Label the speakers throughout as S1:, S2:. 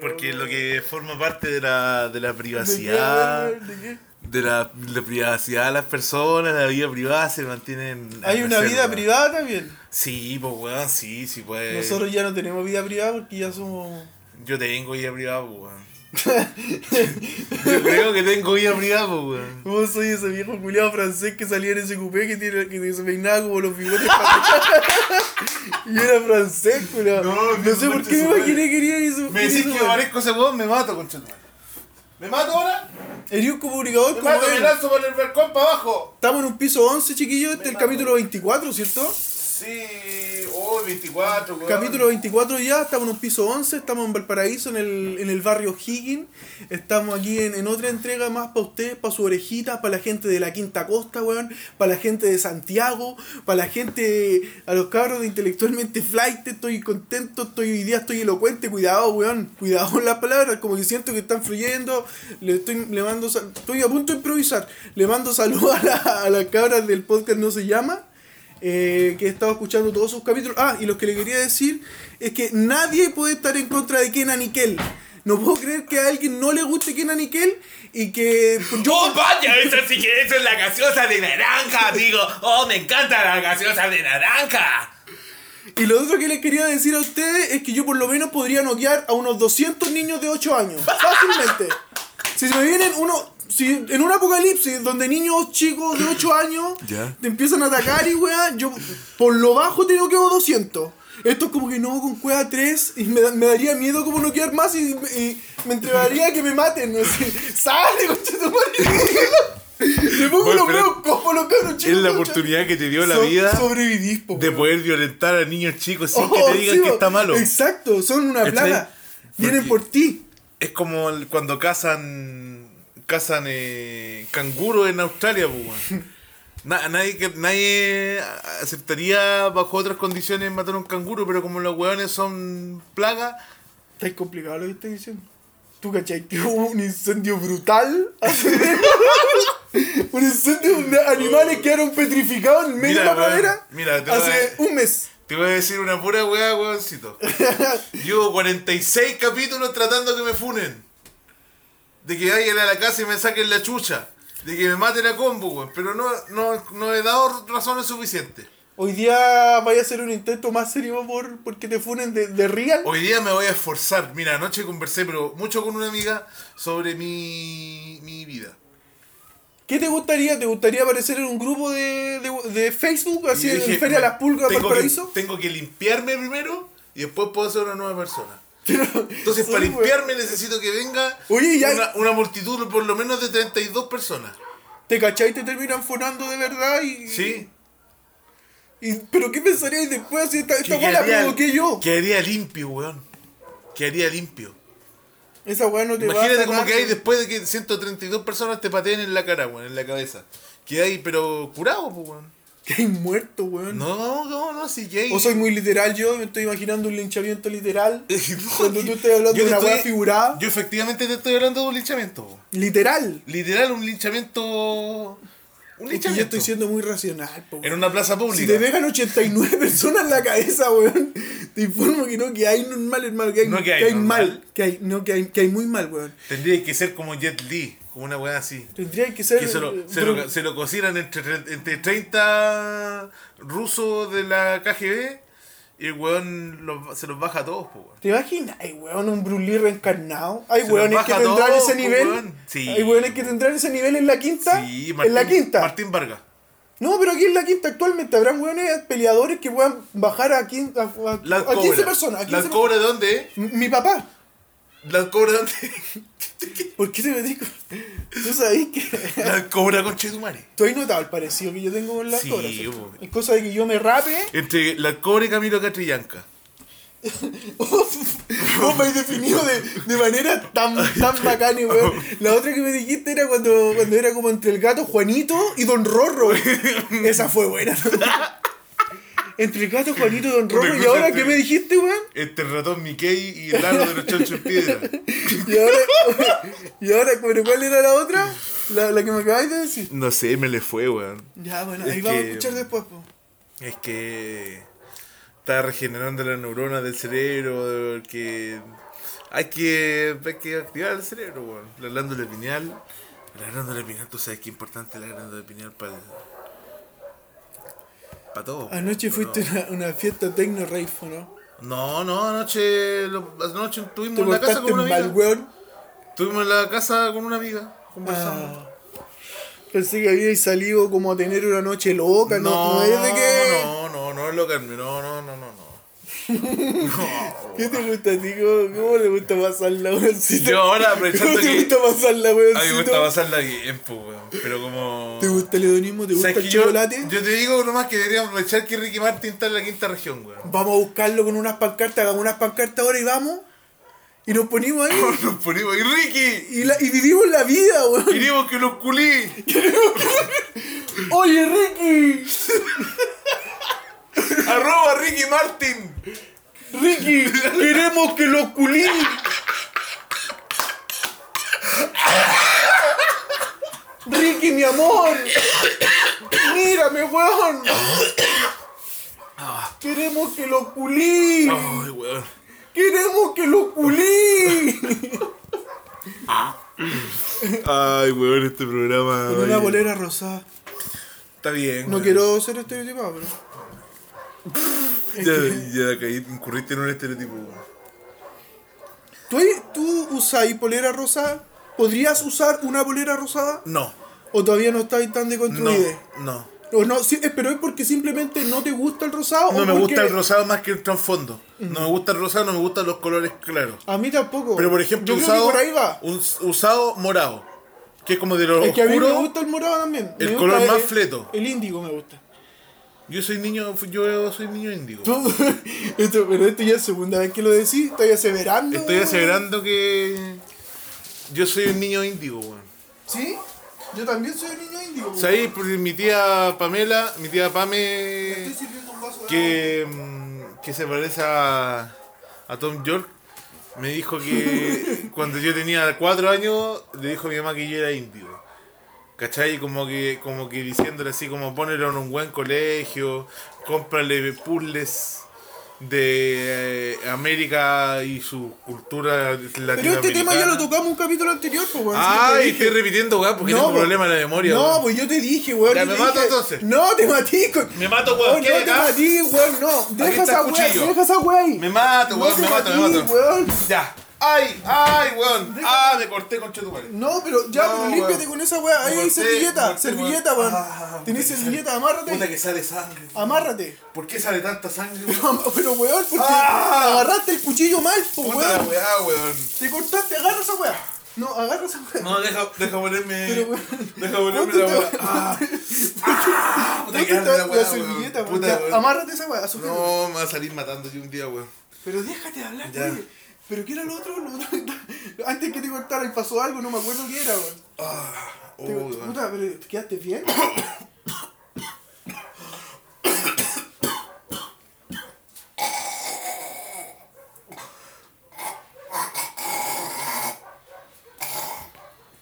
S1: Porque lo que forma parte de la, de la privacidad.
S2: ¿De qué?
S1: De la, la privacidad de las personas, la vida privada se mantienen. en
S2: Hay una
S1: reserva.
S2: vida privada también.
S1: Sí, pues weón, sí, sí puede.
S2: Nosotros ya no tenemos vida privada porque ya somos.
S1: Yo tengo vida privada, pues weón. Yo creo que tengo vida privada, pues weón.
S2: Vos soy ese viejo culiado francés que salía en ese cupé que, tiene, que se peinaba como los bigotes Y era francés, culiado. No,
S1: No,
S2: sé por qué
S1: concha
S2: me
S1: su madre.
S2: imaginé que era eso.
S1: Me decís
S2: eso,
S1: que
S2: weón.
S1: parezco ese weón, me mato, conchetumare. ¿Me mato ahora?
S2: Eres un comunicador
S1: Me
S2: como
S1: mato, me
S2: él.
S1: lanzo por el balcón para abajo.
S2: Estamos en un piso 11, chiquillos. Este es el
S1: mato.
S2: capítulo 24, ¿cierto?
S1: Sí, oh, 24, weón.
S2: Capítulo 24 ya, estamos en un piso 11, estamos en Valparaíso, en el, en el barrio Higgin. Estamos aquí en, en otra entrega más para ustedes, para su orejita, para la gente de la Quinta Costa, weón, para la gente de Santiago, para la gente, a los cabros de intelectualmente flight. Estoy contento, estoy hoy día estoy elocuente, cuidado, weón, cuidado con las palabras, como que siento que están fluyendo. Le estoy, le mando, sal- estoy a punto de improvisar. Le mando saludos a, la- a las cabras del podcast No Se Llama eh, que he estado escuchando todos sus capítulos. Ah, y lo que le quería decir es que nadie puede estar en contra de Kenan y Kel. No puedo creer que a alguien no le guste Kenan y Kel y que pues, yo...
S3: ¡Oh, vaya! Esa sí que esa es la gaseosa de naranja, amigo. ¡Oh, me encanta la gaseosa de naranja!
S2: Y lo otro que les quería decir a ustedes es que yo por lo menos podría noquear a unos 200 niños de 8 años. Fácilmente. Si se me vienen uno... Si en un apocalipsis donde niños chicos de 8 años
S1: Ya.
S2: te empiezan a atacar y weá, yo por lo bajo te noqueo 200. Esto es como que no, con cueva 3 y me, da- me daría miedo como noquear más y, y me entregaría a que me maten. Así, ¡Sale, conchetumare! Le pongo
S1: Oye,
S2: los
S1: pero
S2: huevos como los cabros chicos.
S1: Es la
S2: concha-
S1: oportunidad que te dio la
S2: So-
S1: vida
S2: Sobrevivís, po,
S1: de
S2: weón.
S1: poder violentar a niños chicos sin
S2: Oh,
S1: que te digan
S2: sí,
S1: que
S2: bo-
S1: está malo.
S2: Exacto, son una
S1: ¿Cachai?
S2: plaga. Vienen por ti.
S1: Es como el- cuando cazan cazan eh, canguros en Australia, pues, weón. Na- nadie, que- nadie aceptaría bajo otras condiciones matar un canguro, pero como los hueones son plaga,
S2: Está complicado lo que estás diciendo. ¿Tú cachai que hubo un incendio brutal? un incendio donde animales quedaron petrificados en medio
S1: Mira,
S2: de la
S1: weón,
S2: pradera
S1: mira, te
S2: hace
S1: voy
S2: un mes.
S1: te voy a decir una pura weá, hueoncito. Llevo 46 capítulos tratando que me funen. De que vayan a la casa y me saquen la chucha. De que me maten a combo, weón. Pero no, no, no he dado razones suficientes.
S2: Hoy día vaya a ser un intento más serio por porque te funen de, de real.
S1: Hoy día me voy a esforzar. Mira, anoche conversé, pero mucho con una amiga sobre mi, mi vida.
S2: ¿Qué te gustaría? ¿Te gustaría aparecer en un grupo de, de- de Facebook así
S1: Y dije,
S2: en Feria
S1: me-
S2: Las Pulgas
S1: tengo
S2: Valparaíso?
S1: Que, tengo que limpiarme primero y después puedo ser una nueva persona. Entonces, para
S2: Sí, weón.
S1: limpiarme necesito que venga
S2: Oye, ya-
S1: una, una multitud por lo menos de 32 personas.
S2: ¿Te cachai? Te terminan fonando de verdad y...
S1: ¿Sí?
S2: Y- ¿Pero qué pensaríais después si esta, esta weá la
S1: quedaría-
S2: provoqué yo?
S1: Quedaría limpio, weón. Quedaría limpio.
S2: Esa weá no te va
S1: Imagínate
S2: a
S1: como
S2: sacar-
S1: que hay después de que 132 personas te pateen en la cara, weón, en la cabeza. Quedáis, pero curado, pues, weón.
S2: Que hay muerto, weón.
S1: No, no, no, no, si Jay.
S2: O soy muy literal yo, me estoy imaginando un linchamiento literal.
S1: No,
S2: Cuando tú
S1: yo-
S2: estás hablando
S1: yo
S2: de una
S1: te estoy-
S2: weá figurada.
S1: Yo efectivamente te estoy hablando de un linchamiento. po.
S2: Literal.
S1: Literal, un linchamiento.
S2: Es
S1: Un
S2: que yo
S1: linchamiento.
S2: estoy siendo muy racional, po, weón.
S1: En una plaza pública.
S2: Si te pegan 89 personas en la cabeza, weón, te informo que no, que hay normal, hermano, que hay,
S1: No que hay normal.
S2: mal, que hay, no, que hay, que hay muy mal, weón.
S1: Tendría que ser como Jet Li, como una weá así.
S2: Tendría que ser...
S1: Que se
S2: eh,
S1: lo, se
S2: bro-
S1: lo, se lo cocinan entre, tre- entre 30 rusos de la KGB y el weón los- se los baja a todos, po, weón.
S2: ¿Te imaginas? Hay weón, un Brulí reencarnado. Hay
S1: Se
S2: weones
S1: nos
S2: que
S1: baja
S2: tendrán
S1: todo,
S2: ese
S1: po,
S2: nivel.
S1: weón. Sí.
S2: Hay weones que tendrán ese nivel en la quinta.
S1: Sí,
S2: en la quinta.
S1: Martín Vargas.
S2: No, pero aquí en la quinta actualmente habrán weones peleadores que puedan bajar a, quin- a, a-
S1: Las
S2: a 15
S1: Cobra.
S2: personas. A 15
S1: ¿Las
S2: per-
S1: Cobra de dónde? eh?
S2: M- Mi papá.
S1: ¿Las Cobra de dónde?
S2: ¿Por qué te metí con.? Tú sabés que.
S1: Las Cobra con Chetumare.
S2: Tú has notado el parecido que yo tengo con las
S1: Sí,
S2: cobras. ¿cierto?
S1: weón.
S2: Es cosa de que yo me rape.
S1: Entre la cobre y Camilo Catrillanca.
S2: Vos me has definido de, de manera tan, tan bacana, weón. La otra que me dijiste era cuando, cuando era como entre el gato Juanito y Don Rorro. Esa fue buena. entre el gato Juanito y Don Rorro. ¿Y ahora qué me dijiste, weón?
S1: Entre el ratón Mickey y el lano de los chanchos en piedra.
S2: ¿Y ahora, y ahora pero cuál era la otra? La, la que me acabáis de decir.
S1: No sé, me le fue, weón.
S2: Ya, bueno,
S1: Es
S2: ahí vamos a
S1: que-
S2: escuchar después, po.
S1: Es que. está regenerando las neuronas del cerebro, que hay que, hay que activar el cerebro, weón. La glándula pineal. La glándula pineal, tú sabes qué importante es la glándula pineal para el... Para todo.
S2: Anoche
S1: pa'
S2: fuiste
S1: todo.
S2: a una, una fiesta tecno rave, ¿o ¿no?
S1: No, no, anoche, lo- anoche estuvimos
S2: Te
S1: en la casa
S2: portaste
S1: con una
S2: mal,
S1: amiga.
S2: weón.
S1: Estuvimos en la casa con una amiga, conversando.
S2: Ah. Pensé que habíais salido como a tener una noche loca, ¿no? ¿No es de qué?
S1: no, no, no es lo que... No, no, no, no, no.
S2: ¿Qué te gusta a ti? ¿Cómo, cómo le gusta pasarla, weoncito?
S1: Yo ahora aprovechando
S2: ¿Cómo te
S1: que-
S2: gusta pasarla,
S1: A mí me
S2: weoncito?
S1: gusta pasarla bien, pues, weón. Pero como...
S2: ¿Te gusta el hedonismo? ¿Te gusta
S1: ¿Sabes
S2: el
S1: que yo,
S2: chocolate?
S1: yo te digo nomás que deberíamos aprovechar que Ricky Martin está en la quinta región, weón.
S2: Vamos a buscarlo con unas pancartas, hagamos unas pancartas ahora y vamos. Y nos ponimos ahí.
S1: Nos ponemos, ¡y Ricky!
S2: y, la- y vivimos la vida, weón.
S1: ¡Queremos que lo culí!
S2: Oye, Ricky.
S1: ¡Arroba Ricky Martin!
S2: Ricky, queremos que lo culí. Ricky, mi amor. Mírame, weón. Queremos que lo culí.
S1: ¡Ay, weón!
S2: Queremos que lo culí.
S1: ¡Ay, weón, este programa!
S2: Con una
S1: oye,
S2: bolera rosada.
S1: Está bien,
S2: No
S1: weón.
S2: quiero ser estereotipado, pero.
S1: Ya, ya caí, incurriste en un estereotipo, weón.
S2: ¿Tú, tú usáis polera rosada? ¿Podrías usar una polera rosada?
S1: No,
S2: ¿O todavía no estáis tan
S1: no,
S2: deconstruidos?
S1: no.
S2: O no, sí, eh, pero es porque simplemente no te gusta el rosado.
S1: No
S2: o
S1: me gusta
S2: porque-
S1: el rosado más que el trasfondo. No me gusta el rosado, no me gustan los colores claros.
S2: A mí tampoco.
S1: Pero por ejemplo,
S2: Yo creo
S1: usado,
S2: que por ahí va.
S1: us- usado morado, que es como de los
S2: Es que a mí me
S1: oscuros.
S2: gusta el morado también. Me
S1: el
S2: gusta
S1: color
S2: el-
S1: más fleto.
S2: El índigo me gusta.
S1: Yo soy niño, yo soy niño índigo.
S2: Tú- esto, pero esto ya es segunda vez que lo decís. Estoy aseverando.
S1: Estoy aseverando que yo soy un niño índigo, weón.
S2: ¿Sí? Yo también soy niño índigo. weón.
S1: ¿Sabéis? Porque Mi tía Pamela, mi tía
S2: Estoy
S1: Pame,
S2: sirviendo un vaso de agua.
S1: que, mm, que se parece a, a Tom York, me dijo que cuando yo tenía cuatro años, le dijo a mi mamá que yo era índigo. ¿Cachai? Como que, como que diciéndole así, como ponelo en un buen colegio, cómprale puzzles de eh, América y su cultura latinoamericana.
S2: Pero este tema ya lo tocamos en un capítulo anterior, pues, weón. si yo te
S1: Ay,
S2: dije.
S1: estoy repitiendo, weón, porque tengo
S2: pues-
S1: problema en la memoria.
S2: No,
S1: weón.
S2: pues yo te dije, weón.
S1: Ya,
S2: yo
S1: me
S2: te
S1: mato
S2: dije-
S1: entonces. ¿Ah?
S2: No, te matí, co-
S3: Me mato, weón,
S2: Oh,
S3: ¿qué
S2: No, te
S3: acá?
S2: matí, weón, no. Deja
S1: está
S2: esa
S1: el
S2: weá,
S1: cuchillo.
S2: deja esa weá ahí.
S1: Me mato,
S2: No
S1: weón,
S2: te
S1: me mato, me
S2: matí,
S1: mato.
S2: weón.
S1: Ya. Ay, ay, weón. Ah, me corté con Chetumare.
S2: No, pero ya,
S1: No,
S2: pero límpiate
S1: weón.
S2: con esa weá. Ahí
S1: Me
S2: hay
S1: corté, me
S2: servilleta,
S1: corté, weón.
S2: servilleta, weón.
S1: Ah,
S2: Tenés
S1: puta que
S2: servilleta,
S1: Puta
S2: amárrate.
S1: que sale sangre.
S2: Amárrate.
S1: ¿Por qué sale tanta sangre? weón?
S2: Pero, pero, weón, porque
S1: Ah.
S2: agarraste el cuchillo mal, pues,
S1: Puta la
S2: weón.
S1: weá, weón.
S2: Te cortaste, agarra esa weá. No, agarra esa weá.
S1: No, deja, deja ponerme.
S2: Pero, weón.
S1: Deja ponerme
S2: Ponte
S1: la
S2: esta-
S1: weá. Ah, ah, puta
S2: ¿Dónde
S1: que arde
S2: está
S1: la
S2: la,
S1: weá, weón.
S2: servilleta, weón?
S1: Puta,
S2: Ya,
S1: weón.
S2: Amárrate esa weá, sujeta.
S1: No, me va a salir matando yo un día, weón.
S2: Pero déjate hablar,
S1: Ya.
S2: oye. ¿Pero qué era lo otro? Lo otro- Antes que te cortara y pasó algo, no me acuerdo qué era, weón.
S1: Oh,
S2: Te-
S1: weón.
S2: puta, pero ¿te quedaste bien?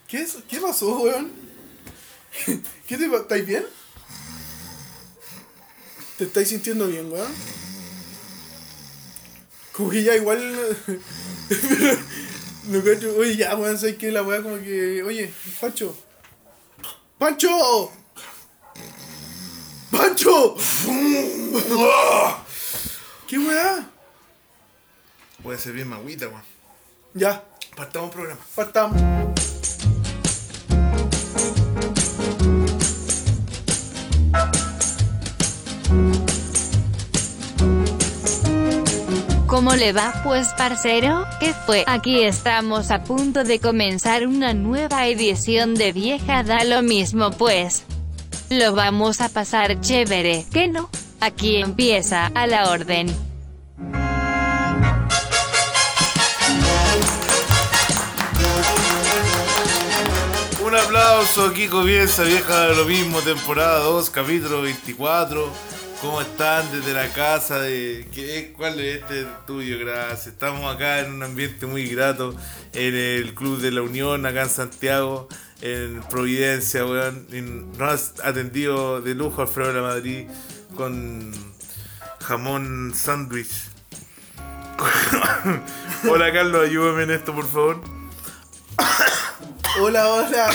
S2: ¿Qué, es- ¿Qué pasó, weón? ¿Qué te pa- ¿Estáis bien? ¿Te estáis sintiendo bien, weón? Como que ya igual... pero- no cacho. Oye, ya, weón, ¿sabes qué? La weá como que... Oye, Pancho. ¡Pancho! ¡Pancho! ¿Qué weá?
S1: Voy a servir mi agüita, weón.
S2: Ya,
S1: Partamos programa.
S2: partamos.
S4: ¿Cómo le va pues parcero? ¿Qué fue? Aquí estamos a punto de comenzar una nueva edición de Vieja da lo mismo pues. Lo vamos a pasar chévere, ¿qué no? Aquí empieza a la orden.
S1: Un aplauso, aquí comienza vieja de lo mismo, temporada 2, capítulo 24. ¿Cómo están desde la casa de... ¿Qué, ¿Cuál es este tuyo? Gracias. Estamos acá en un ambiente muy grato, en el Club de la Unión, acá en Santiago, en Providencia, weón. Y Nos has atendido de lujo Alfredo de la Madrid con jamón sándwich. Hola Carlos, ayúdame en esto, por favor.
S2: Hola, hola.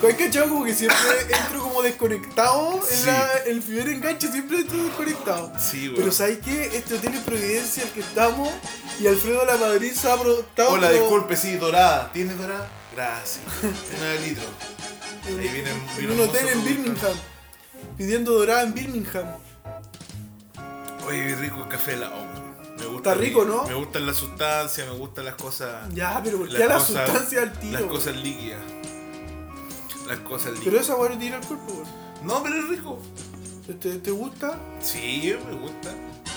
S2: ¿Cuál cachado? Como que siempre entro como desconectado.
S1: Sí.
S2: En la- el primer enganche siempre entro desconectado.
S1: Sí, güey.
S2: Pero ¿sabes qué? Este hotel es Providencia el que estamos y Alfredo La Madrid se ha brotado.
S1: Hola,
S2: pero-
S1: disculpe, sí, dorada. ¿Tienes dorada? Gracias. Una de litro.
S2: en,
S1: Ahí viene-
S2: en
S1: viene
S2: un
S1: hermoso
S2: hotel en
S1: producto.
S2: Birmingham. Pidiendo dorada en Birmingham.
S1: Oye, qué rico el café helado. güey. Me gusta
S2: Está rico, ¿no?
S1: Me gustan las sustancias, me gustan las cosas.
S2: Ya, pero ¿por qué
S1: las
S2: a la
S1: cosas-
S2: sustancia al tiro?
S1: Las cosas líquidas. Las cosas
S2: Pero
S1: líquidas.
S2: esa weá no tiene al cuerpo, weón.
S1: No, pero es rico.
S2: ¿Te, te gusta?
S1: Sí, me gusta.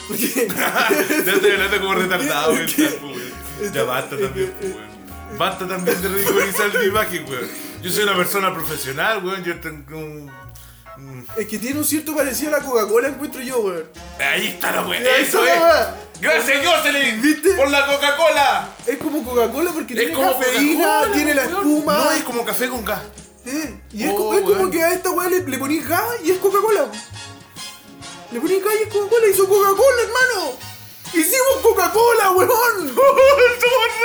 S2: Porque
S1: Ya estoy hablando como retardado, güey.
S2: ¿Qué?
S1: tal, güey. Ya basta también, pues, güey. Basta también de ridiculizar mi imagen, güey. Yo soy una persona profesional, güey. Yo tengo un- un-
S2: es que tiene un cierto parecido a la Coca-Cola, encuentro yo, weón.
S1: Ahí está la güey.
S2: Esa
S1: Eso
S2: es la
S1: es.
S2: weá.
S1: Gracias, Jocelyn.
S2: ¿Viste?
S1: Por la Coca-Cola.
S2: Es como Coca-Cola porque
S1: Es
S2: tiene
S1: como
S2: cafeína,
S1: Coca-Cola,
S2: tiene la
S1: weón.
S2: espuma.
S1: No, es como café con gas.
S2: Eh, y es,
S1: Oh,
S2: co- es como
S1: weón.
S2: que a esta weá le, le ponís gas y es Coca-Cola. Le ponís gas y es Coca-Cola. Hizo Coca-Cola, hermano. Hicimos Coca-Cola, weón.
S1: ¡Somos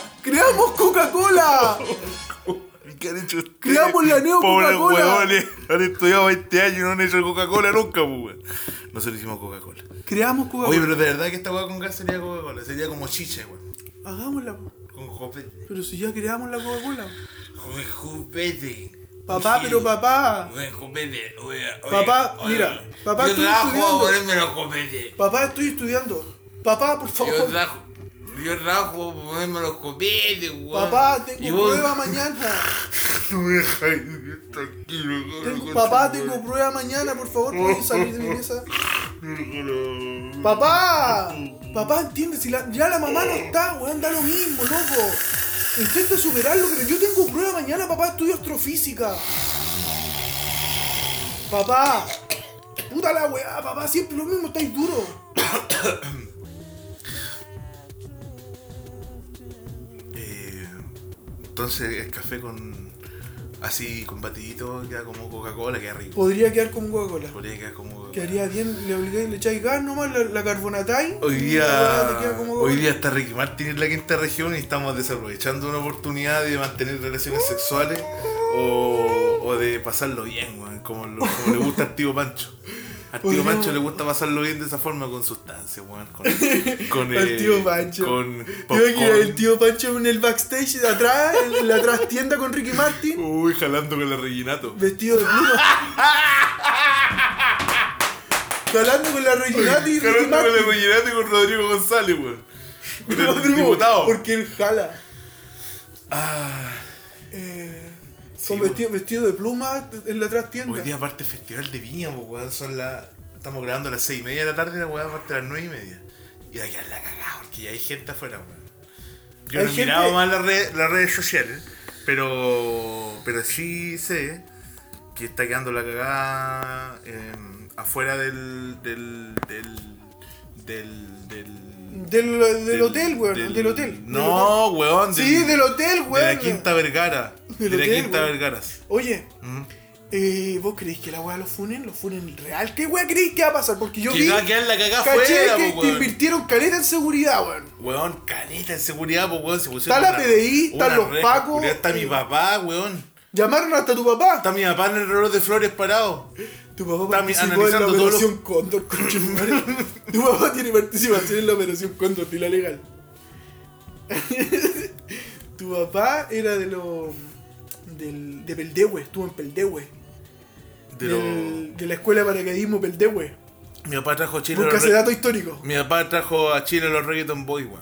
S1: ricos!
S2: Creamos Coca-Cola.
S1: ¿Qué han hecho ustedes?
S2: Creamos la neo
S1: Pobres
S2: Coca-Cola.
S1: huevones, han estudiado 20 años y no han hecho Coca-Cola nunca, pues, weón. Nosotros hicimos Coca-Cola.
S2: Creamos
S1: Oye,
S2: Coca-Cola.
S1: pero de verdad que esta weá con gas sería Coca-Cola, sería como chicha, weón.
S2: Hagámosla. po.
S1: Con copete.
S2: Pero si ya creamos la Coca-Cola.
S1: Con copete.
S2: Papá, pero papá.
S3: Oye, copete, oye, oye,
S2: Papá,
S3: oye.
S2: mira. Papá,
S3: Yo
S2: estoy
S3: trabajo,
S2: estudiando.
S3: ponérmelo copete.
S2: Papá, estoy estudiando. Papá, por
S3: Yo
S2: favor.
S3: trabajo, yo trabajo, ponérmelo copete, weón.
S2: Papá,
S3: Y
S2: tengo
S3: vos-
S2: prueba mañana.
S1: No me dejáis vivir tranquilo,
S2: Tengo-
S1: con
S2: papá,
S1: tu
S2: tengo
S1: madre.
S2: prueba mañana, por favor, puedes salir de mi mesa.
S1: Oh. Pero-
S2: Papá, papá, entiende, si la- ya la mamá
S1: Oh.
S2: no está, weón, da lo mismo, loco. Intenta superarlo, pero yo tengo prueba mañana, papá, estudio astrofísica. Papá, puta la weá, papá, siempre lo mismo, estáis duro.
S1: Eh, entonces, el café con. Así, con batidito, queda como Coca-Cola, queda rico.
S2: Podría quedar como Coca-Cola.
S1: Podría quedar como Coca-Cola.
S2: Quedaría bien, le obligáis, le echáis gas nomás, la, la carbonatáis.
S1: Hoy
S2: y la
S1: día,
S2: weá te queda como
S1: hoy
S2: Coca-Cola.
S1: día está Ricky Martin en la quinta región y estamos desaprovechando una oportunidad de mantener
S2: Uh.
S1: relaciones sexuales o, o de pasarlo bien, weón, como, lo- como le gusta al tío Pancho. Al tío
S2: Oye,
S1: Pancho
S2: weón.
S1: le gusta pasarlo bien de esa forma con sustancias, weón. Con, con,
S2: Al
S1: eh,
S2: tío Pancho.
S1: Con
S2: Yo que
S1: popcorn.
S2: el tío Pancho en el backstage de atrás, en la trastienda con Ricky Martin,
S1: Uy, jalando con el rellenato.
S2: vestido de pluma. Jalando con la Reginati y Ricky
S1: Jalando con el
S2: Martin.
S1: rellenato y con Rodrigo González, weón. Con el
S2: Rodrigo,
S1: diputado. Ah.
S2: Porque él jala. Eh, con
S1: Sí, pues.
S2: vestido, vestido de pluma en la trastienda.
S1: Hoy día parte festival de viña, pues, weón, son las. Estamos grabando a las 6 y media de la tarde, la weá parte a las 9 y media. Y hay que la cagada, porque ya hay gente afuera, weón. Yo
S2: Hay
S1: no he
S2: gente-
S1: mirado más las redes, las redes sociales, pero. Pero sí sé que está quedando la cagada eh, afuera del. del. del. del. del.
S2: Del, del hotel, weón. Del, hotel. Del hotel.
S1: No, weón. del-
S2: Sí, del hotel,
S1: de
S2: weón.
S1: la Quinta Vergara. De
S2: Del
S1: la
S2: hotel,
S1: Quinta
S2: weón.
S1: Vergaras.
S2: Oye,
S1: Mm.
S2: eh, ¿vos creéis que la weá los funen? ¿Los funen real? ¿Qué weá creéis que va a pasar? Porque yo
S1: Que
S2: vi.
S1: va a quedar la cagada
S2: Caché
S1: afuera,
S2: que,
S1: po,
S2: que
S1: weón.
S2: invirtieron caleta en seguridad, weón.
S1: Weón, caleta en seguridad, pues weón. Se
S2: Está la PDI, están
S1: está
S2: los pacos. eh.
S1: Está mi papá, weón.
S2: Llamaron hasta tu papá.
S1: Está mi papá en el reloj de flores parado.
S2: tu papá
S1: está mi-
S2: participó en la
S1: analizando todo lo-
S2: operación Cóndor, coche de madre. Tu papá tiene participación en la operación Cóndor, la legal. tu papá era de los. Del, de Peldehue, estuvo en Peldehue.
S1: De
S2: Del- de la escuela de paracaidismo Peldehue.
S1: lo- Mi papá trajo a Chile.
S2: Busca
S1: los
S2: ese
S1: re-
S2: dato histórico.
S1: Mi papá trajo a Chile a los Reggaeton Boys, weón.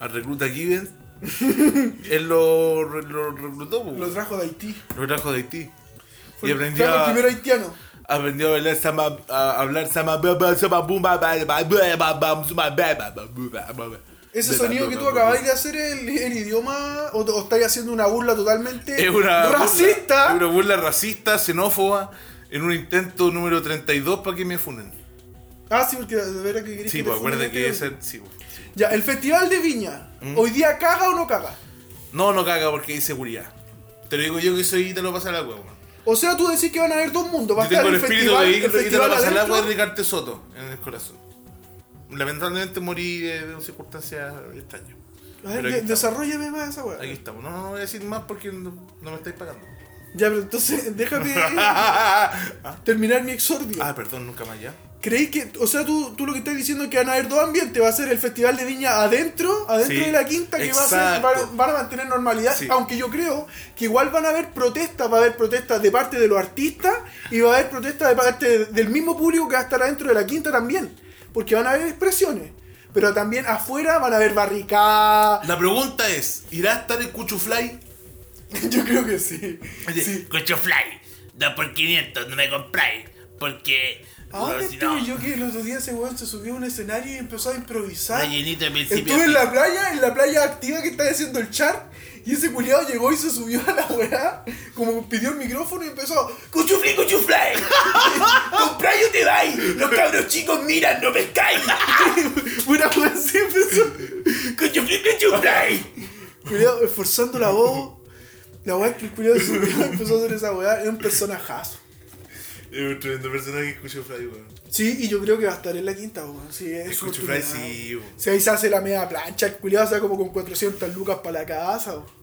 S1: Al recluta Gibbons. Él lo, re- lo reclutó, pues,
S2: Lo
S1: weón.
S2: trajo de Haití.
S1: Lo trajo de Haití.
S2: Fue
S1: y
S2: el-
S1: aprendió
S2: trajo el
S1: a,
S2: primer haitiano.
S1: aprendió a bailar sama, a hablar sama, ba- ba- sama, boom, ba- ba- ba- ba- ba- ba- ba- ba- ba- ba- ba- ba-
S2: Ese
S1: ba-
S2: sonido
S1: ba-
S2: que
S1: ba-
S2: tú
S1: ba-
S2: acabáis de hacer es el, el idioma o, o estáis haciendo una burla totalmente
S1: Es una
S2: racista.
S1: burla- es una burla racista, xenófoba, en un intento número 32 para que me funen.
S2: Ah, sí, porque de verdad que querés
S1: Sí,
S2: que te
S1: pues acuérdate
S2: funen
S1: que
S2: este-
S1: ese. ¿Mm? sí, pues.
S2: Ya, el Festival de Viña. ¿Hoy día caga o no caga?
S1: No, no caga porque hay seguridad. Te lo digo yo que soy te lo pasa la huevo.
S2: O sea, tú decís que van a haber dos mundos. Va a
S1: Yo
S2: estar
S1: tengo el
S2: el
S1: espíritu
S2: festival,
S1: de
S2: el
S1: Igor Guitarra
S2: festival
S1: para el agua de
S2: adentro.
S1: Ricardo Soto en el corazón. Lamentablemente morí eh, de, de circunstancias extrañas.
S2: A ver,
S1: Pero aquí
S2: de-
S1: estamos.
S2: desarrollame más esa weá.
S1: Aquí estamos. No, no, no voy a decir más porque no, no me estáis pagando.
S2: Ya, pero entonces, déjame
S1: ah,
S2: terminar mi exordio.
S1: perdón, nunca más ya.
S2: ¿Creéis que, o sea, tú, tú lo que estás diciendo es que van a haber dos ambientes? Va a ser el Festival de Viña adentro, adentro
S1: Sí,
S2: de la quinta, que va a ser,
S1: exacto.
S2: va- van a mantener normalidad.
S1: Sí.
S2: Aunque yo creo que igual van a haber protestas, va a haber protestas de parte de los artistas y va a haber protestas de parte de- del mismo público que va a estar adentro de la quinta también. Porque van a haber expresiones. Pero también afuera van a haber barricadas.
S1: La pregunta es: ¿irá a estar el Cuchufly?
S2: Yo creo que sí.
S1: Oye,
S2: Sí.
S3: Cuchufly, 2 por 500, no me compráis. Porque.
S2: ¿A dónde
S3: si
S2: estuve
S3: no,
S2: Ah, yo que el otro día ese weón se subió a un escenario y empezó a improvisar?
S3: rellenito de principio.
S2: Estuve en la playa, en la playa activa que está haciendo el char, y ese culiado llegó y se subió a la weá, como pidió el micrófono y empezó,
S3: ¡Cuchufly, cuchufly! ¡Compráis o te vais! ¡Los cabros chicos miran, no pescáis!
S2: una weá así empezó,
S3: ¡Cuchufly, cuchufly!
S2: culiado esforzando la voz, la weá que el culiado subió, empezó a hacer esa weá, era un personajazo.
S1: Es un tremendo personaje el Cuchufly, weón.
S2: Sí, y yo creo que va a estar en la quinta, weón. Sí, es
S1: El
S2: su
S1: Cuchufly
S2: oportunidad.
S1: sí, weón.
S2: Si ahí se hace la media plancha, el culiado sea como con 400 lucas para la casa, weón.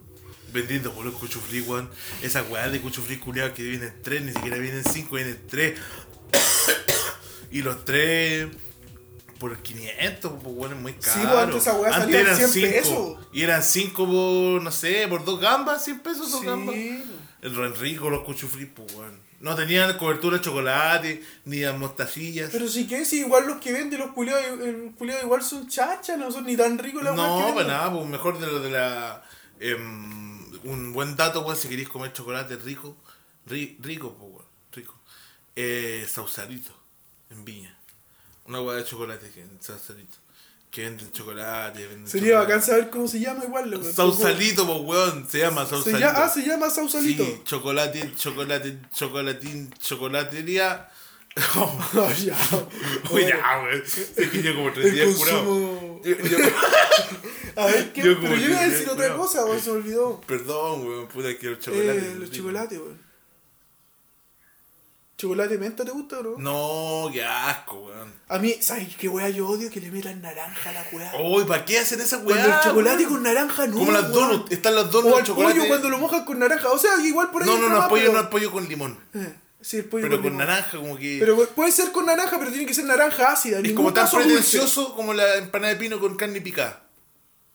S1: Vendiendo por los Cuchufly, weón. Esa weá de Cuchufly culiado que vienen tres, ni siquiera vienen cinco, vienen tres. y los tres. Por 500, pues weón, es muy caro.
S2: Sí, pues, antes esa weá salía en 100
S1: cinco,
S2: pesos.
S1: Y eran cinco por, no sé, por dos gambas, 100 pesos, dos gambas.
S2: Sí.
S1: El re rico, los Cuchufly, pues weón. No tenían cobertura de chocolate, ni de mostacillas.
S2: Pero si que si igual los que venden los culiados, el culiado igual son chachas, no son ni tan ricos las weas que
S1: No, para
S2: venden.
S1: nada, pues mejor de lo de la. em, un buen dato, weón, si queréis comer chocolate rico, ri- rico, pues, weón, rico. Eh, Sausalito, en Viña. Una hueá de chocolate que, en Sausalito. Que venden chocolate, venden
S2: Sería
S1: chocolate.
S2: bacán saber cómo se llama igual, loco.
S1: Sausalito, pues, weón, se llama
S2: Se
S1: Sausalito.
S2: llama- ah, se llama Sausalito.
S1: Sí, chocolate, chocolate, chocolatín, chocolatería.
S2: No, ya.
S1: Oye, ya, weón. Se que yo como tres
S2: El
S1: días curado.
S2: consumo.
S1: Yo- yo-
S2: A ver, ¿qué?
S1: Yo como
S2: Pero yo
S1: que
S2: iba a
S1: ya,
S2: decir otra
S1: no.
S2: cosa, weón, se me olvidó.
S1: Perdón, weón, puta que los chocolates.
S2: Eh, los
S1: rico.
S2: chocolates, weón. ¿Chocolate menta te gusta, bro?
S1: No, qué asco, weón.
S2: A mí, ¿sabes qué weá yo odio? Que le metan naranja a la weá.
S1: Uy, ¿para qué hacen esa weá?
S2: Cuando el chocolate
S1: Oh, weón?
S2: con naranja no.
S1: Como las
S2: weón.
S1: donuts, están las
S2: O
S1: donuts de
S2: el
S1: chocolate.
S2: pollo cuando lo mojas con naranja. O sea, igual por ahí.
S1: No, no, no,
S2: más,
S1: el pollo
S2: pero-
S1: no, el pollo con limón.
S2: Eh, Sí, el pollo
S1: Pero con
S2: limón.
S1: naranja, como que.
S2: Pero pu- puede ser con naranja, pero tiene que ser naranja ácida. en
S1: es
S2: ningún
S1: como tan
S2: caso dulce.
S1: pretencioso como la empanada de pino con carne picada.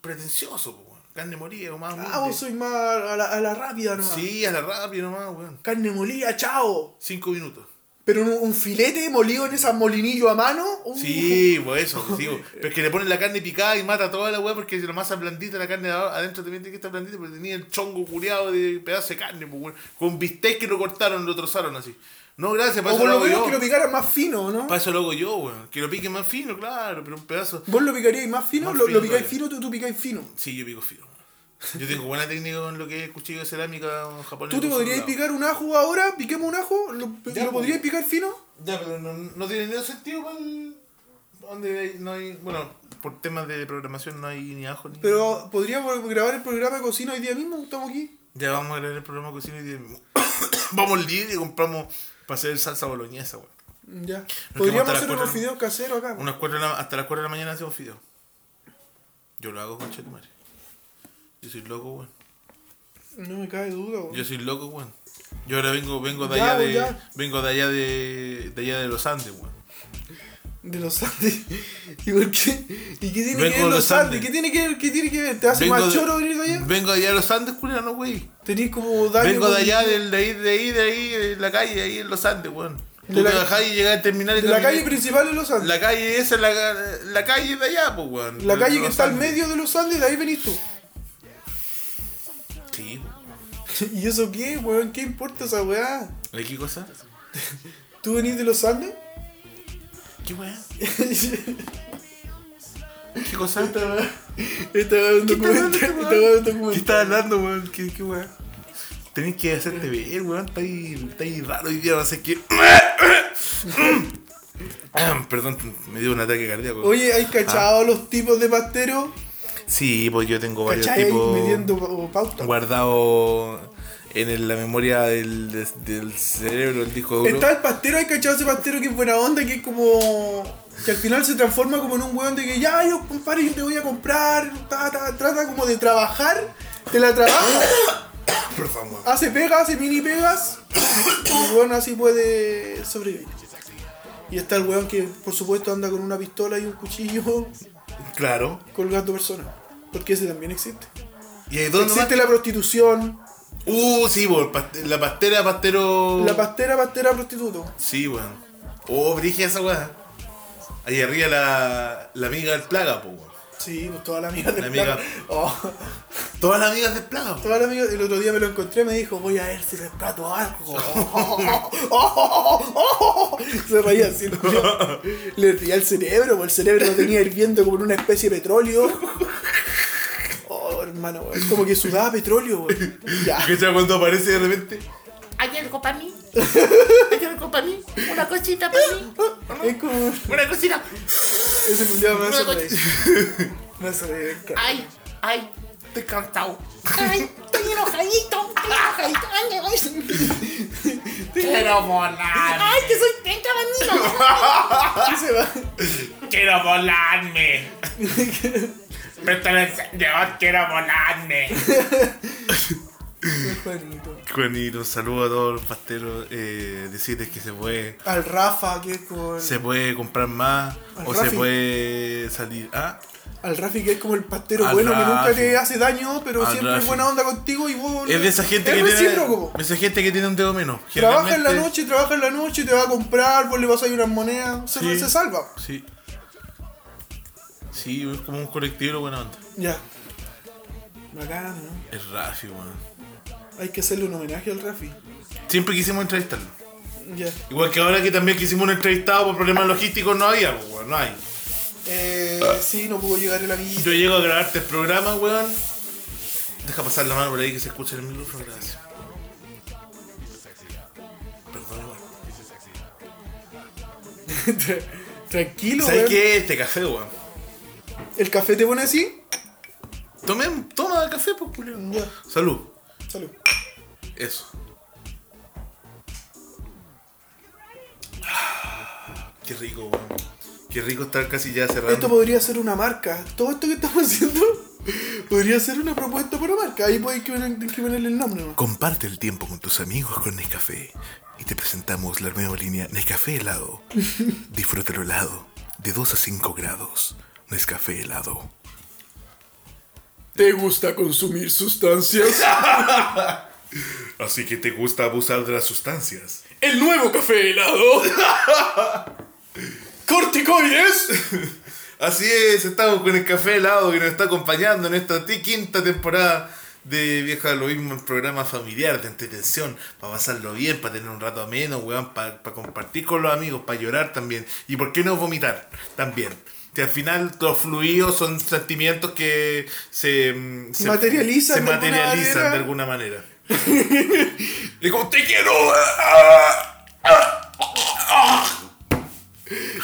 S1: Pretencioso, po, weón. Carne molida, o más.
S2: Ah, vos
S1: humilde.
S2: sois más a la, a la rápida nomás.
S1: Sí, a la rápida nomás, weón.
S2: Carne molida, chao.
S1: Cinco minutos.
S2: Pero un, un filete molido en esas molinillo a mano. uh,
S1: Sí, pues eso, pues digo. Pero es que le ponen la carne picada y mata toda la weá porque la masa blandita, la carne de adentro también tiene que estar blandita, pero tenía el chongo culiado de pedazo de carne, pues, weón. Con bistec que lo cortaron, lo trozaron así. No, gracias, para
S2: O
S1: eso
S2: por
S1: lo
S2: lo
S1: hago
S2: menos
S1: yo.
S2: que lo picaran más fino, ¿no?
S1: Para eso lo hago yo, weón. Que lo pique más fino, claro, pero un pedazo.
S2: ¿Vos lo picaríais más fino?
S1: Más
S2: ¿Lo,
S1: fino
S2: lo picáis
S1: todavía.
S2: fino tú, tú picáis fino?
S1: Sí, yo pico fino, weón. Yo tengo buena técnica con lo que es cuchillo de cerámica japonés.
S2: ¿Tú te podrías picar un ajo ahora? ¿Piquemos un ajo? ¿Lo,
S1: Ya,
S2: lo
S1: pues.
S2: podrías picar fino?
S1: Ya, pero no, no tiene ningún sentido para Donde hay- no hay. Bueno, por temas de programación no hay ni ajo ni.
S2: Pero podríamos grabar el programa de cocina hoy día mismo, estamos aquí.
S1: Ya vamos a grabar el programa de cocina y día- vamos al líder y compramos para hacer salsa boloñesa, weón.
S2: Mm, Ya.
S1: que
S2: Podríamos
S1: matar a
S2: hacer
S1: cuatro,
S2: unos
S1: ¿no?
S2: videos caseros acá.
S1: Unas cuatro de la- hasta las 4 de la mañana hacemos fideos. Yo lo hago, concha de tu madre. Yo soy loco, weón.
S2: No me cae duda. weón.
S1: Yo soy loco, weón. Yo ahora vengo, vengo de
S2: Ya,
S1: allá
S2: weón,
S1: de.
S2: ya.
S1: Vengo de allá de. de allá de los Andes, weón.
S2: De los Andes. ¿Y por qué? ¿Y qué tiene
S1: Vengo
S2: que ver
S1: de
S2: los
S1: los
S2: Andes?
S1: Andes.
S2: ¿Qué tiene que ver? ¿Qué tiene que ver? ¿Te hace
S1: Vengo
S2: más
S1: de-
S2: choro venir de allá?
S1: Vengo de allá de los Andes, culano, güey.
S2: Tenés como daño.
S1: Vengo de
S2: con-
S1: allá, del- de ahí, de ahí, de ahí, de la calle, ahí en los Andes, weón. Tú
S2: De la-
S1: te bajás y llegas al terminal y
S2: De la
S1: caminás-
S2: calle principal de los Andes.
S1: La calle esa es la, la calle de allá, pues, weón.
S2: La,
S1: De
S2: calle que
S1: los
S2: está al
S1: Andes.
S2: medio de los Andes, de ahí venís tú.
S1: Sí,
S2: ¿Y eso qué, weón? ¿Qué importa esa weá?
S1: ¿De qué cosa?
S2: ¿Tú venís de los Andes?
S1: ¿Qué weá?
S2: Esta
S1: ¿Qué cosa?
S2: weá- esta weá es un documental.
S1: hablando, este
S2: Esta
S1: weón?
S2: weá es un
S1: ¿Qué
S2: documental.
S1: estás hablando, weón? ¿Qué, qué weá? Tenés que hacerte ver, weón. Está ahí, está ahí raro hoy día, no sé qué. Ah, Perdón, me dio un ataque cardíaco.
S2: Oye, ¿hay
S1: Ah.
S2: cachado los tipos de pasteros?
S1: Sí, pues yo tengo varios
S2: ¿Cachai?
S1: tipos
S2: Midiendo pa- pauta.
S1: guardado en el- la memoria del, des- del cerebro, el disco duro.
S2: Está el pastero, hay cachado ese pastero que es buena onda, que es como. que al final se transforma como en un weón de que ya, yo compadre, yo te voy a comprar, ta, ta, trata como de trabajar, te la trabaja,
S1: Por favor.
S2: hace pegas, hace mini pegas, y bueno, así puede sobrevivir. Y está el weón que, por supuesto, anda con una pistola y un cuchillo
S1: Claro.
S2: colgando personas, porque ese también existe.
S1: ¿Y ahí dónde
S2: existe la prostitución,
S1: más? Uh, sí, por la pastera, pastero.
S2: la pastera, pastera, prostituto.
S1: Sí, weón. Oh, brige esa weá. Ahí arriba la, la amiga del plaga, po, weón.
S2: Sí, pues toda la amiga
S1: La
S2: del
S1: amiga.
S2: plan- Oh.
S1: Todas las amigas del plaga, po.
S2: Todos los amigos, el otro día me lo encontré me dijo, voy a ver si rescato algo. Oh, Se reía así. el culiao. Le hervía el cerebro, porque el cerebro lo tenía hirviendo como en una especie de petróleo. Oh, hermano, es como que sudaba petróleo. weón. Ya.
S1: Que ya cuando aparece de repente.
S5: ¿Hay algo para mí? ¿Hay algo para mí? ¿Una cosita para mí?
S2: Es como...
S5: ¿Una cosita?
S2: Ese culiao me hace reír. Me hace reír. me encanta.
S5: ¡Ay! ¡Ay! Estoy cansado. ¡Ay! Estoy enojadito. Estoy enojadito. ¡Ay! ay. ¡Quiero volar! ¡Ay! ¡Que soy penca, bandido!
S1: Ah.
S2: Y se va.
S3: Quiero volarme. Préstame el encendedor, quiero volarme.
S2: Juanito.
S1: Juanito, saludo a todos los pasteros. Eh, decirles que se puede.
S2: Al Rafa, que es como... el-
S1: Se puede comprar más.
S2: Al
S1: O
S2: Rafi.
S1: se puede salir. Ah,
S2: Al Rafi que es como el pastero
S1: Al
S2: bueno que nunca
S1: Rafi.
S2: te hace daño, pero
S1: Al
S2: siempre es
S1: Rafi.
S2: buena onda contigo y vos...
S1: es de esa gente
S2: es
S1: que tiene.
S2: recíproco.
S1: Esa gente que tiene un dedo menos.
S2: Trabaja en la
S1: Generalmente-
S2: noche, trabaja en la noche, te va a comprar, vos le vas a ir unas monedas, se,
S1: Sí.
S2: se salva.
S1: Sí. Sí, es como un colectivo buena onda.
S2: Ya. Bacán, ¿no?
S1: Es Rafi, weón.
S2: Hay que hacerle un homenaje al Rafi.
S1: Siempre quisimos entrevistarlo.
S2: Ya.
S1: Igual que ahora que también quisimos un entrevistado por problemas logísticos, no había, pues, weón, no hay.
S2: Eh, sí, no pudo llegar el amigo.
S1: Yo llego a grabarte el programa, weón. Deja pasar la mano por ahí que se escuche el micrófono, gracias. Perdón, weón.
S2: Tra- Tranquilo,
S1: ¿Sabes
S2: weón.
S1: qué? Este café, weón.
S2: ¿El café te pone así?
S1: Tomen, toma el café, pues, culiao.
S2: Ya.
S1: Salud.
S2: Salud.
S1: Eso. Ah, Qué rico, weón. Qué rico estar casi ya cerrando.
S2: Esto podría ser una marca. Todo esto que estamos haciendo podría ser una propuesta para marca. Ahí podéis que poner- que ponerle el nombre, ¿no?
S1: Comparte el tiempo con tus amigos con Nescafé y te presentamos la nueva línea Nescafé helado. Disfrútalo helado de 2 a 5 grados. Nescafé helado.
S2: ¿Te gusta consumir sustancias?
S1: Así que te gusta abusar de las sustancias.
S2: ¡El nuevo café helado! ¡Corticoides!
S1: Así es, estamos con el café helado que nos está acompañando en esta ti- quinta temporada de Vieja lo mismo, un programa familiar de entretención, para pasarlo bien, para tener un rato ameno, weón, para, compartir con los amigos, para llorar también. Y por qué no vomitar también. Que al final los fluidos son sentimientos que se, mm, se
S2: Materializan
S1: se
S2: de alguna
S1: materializan
S2: manera.
S1: de alguna manera. Y como te quiero. ah,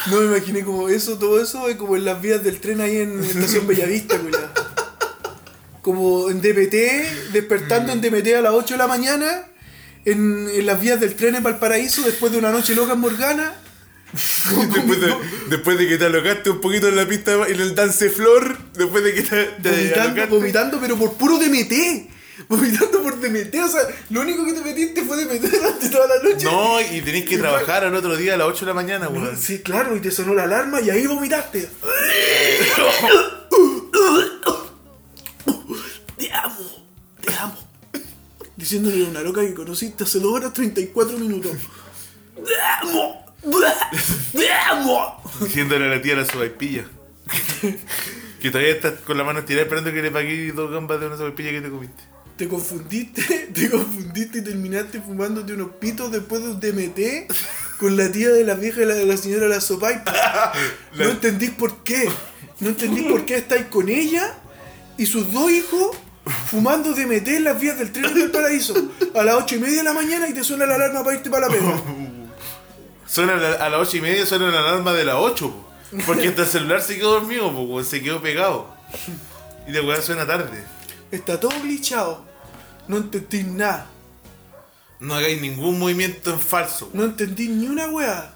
S2: No me imaginé como eso, todo eso, eh, como en las vías del tren ahí en Estación Bellavista, culiao. Como en DPT, despertando en DPT a las 8 de la mañana, en, en las vías del tren en Valparaíso, después de una noche loca en Morgana.
S1: Después de, después de que te alocaste un poquito en la pista en el dance flor, después de que te, te
S2: vomitando,
S1: alocaste.
S2: vomitando, pero por puro DMT. Vomitando por DMT, o sea, lo único que te metiste fue DMT durante toda la noche.
S1: No, y tenés que trabajar al otro día a las 8 de la mañana, weón.
S2: Sí, claro, y te sonó la alarma y ahí vomitaste. Te amo, te amo. Diciéndole a una loca que conociste hace 2 horas 34 minutos. Te amo, te amo.
S1: Diciéndole a la tía la sopaipilla. que todavía estás con la mano estirada esperando que le pagué dos gambas de una sopaipilla que te comiste.
S2: Te confundiste, te confundiste y terminaste fumándote unos pitos después de un DMT con la tía de la vieja y la de la señora de la sopaipa. No entendís por qué. No entendís por qué estáis con ella y sus dos hijos fumando DMT en las vías del tren del paraíso a las ocho y media de la mañana y te suena la alarma para irte para la pega.
S1: Suena a la- a las 8 y media, suena la alarma de las 8, po. porque hasta el celular se quedó dormido, po, weón, se quedó pegado. Y la weá suena tarde.
S2: Está todo glitchado. No entendís nada.
S1: No hagáis ningún movimiento en falso.
S2: No entendí ni una wea.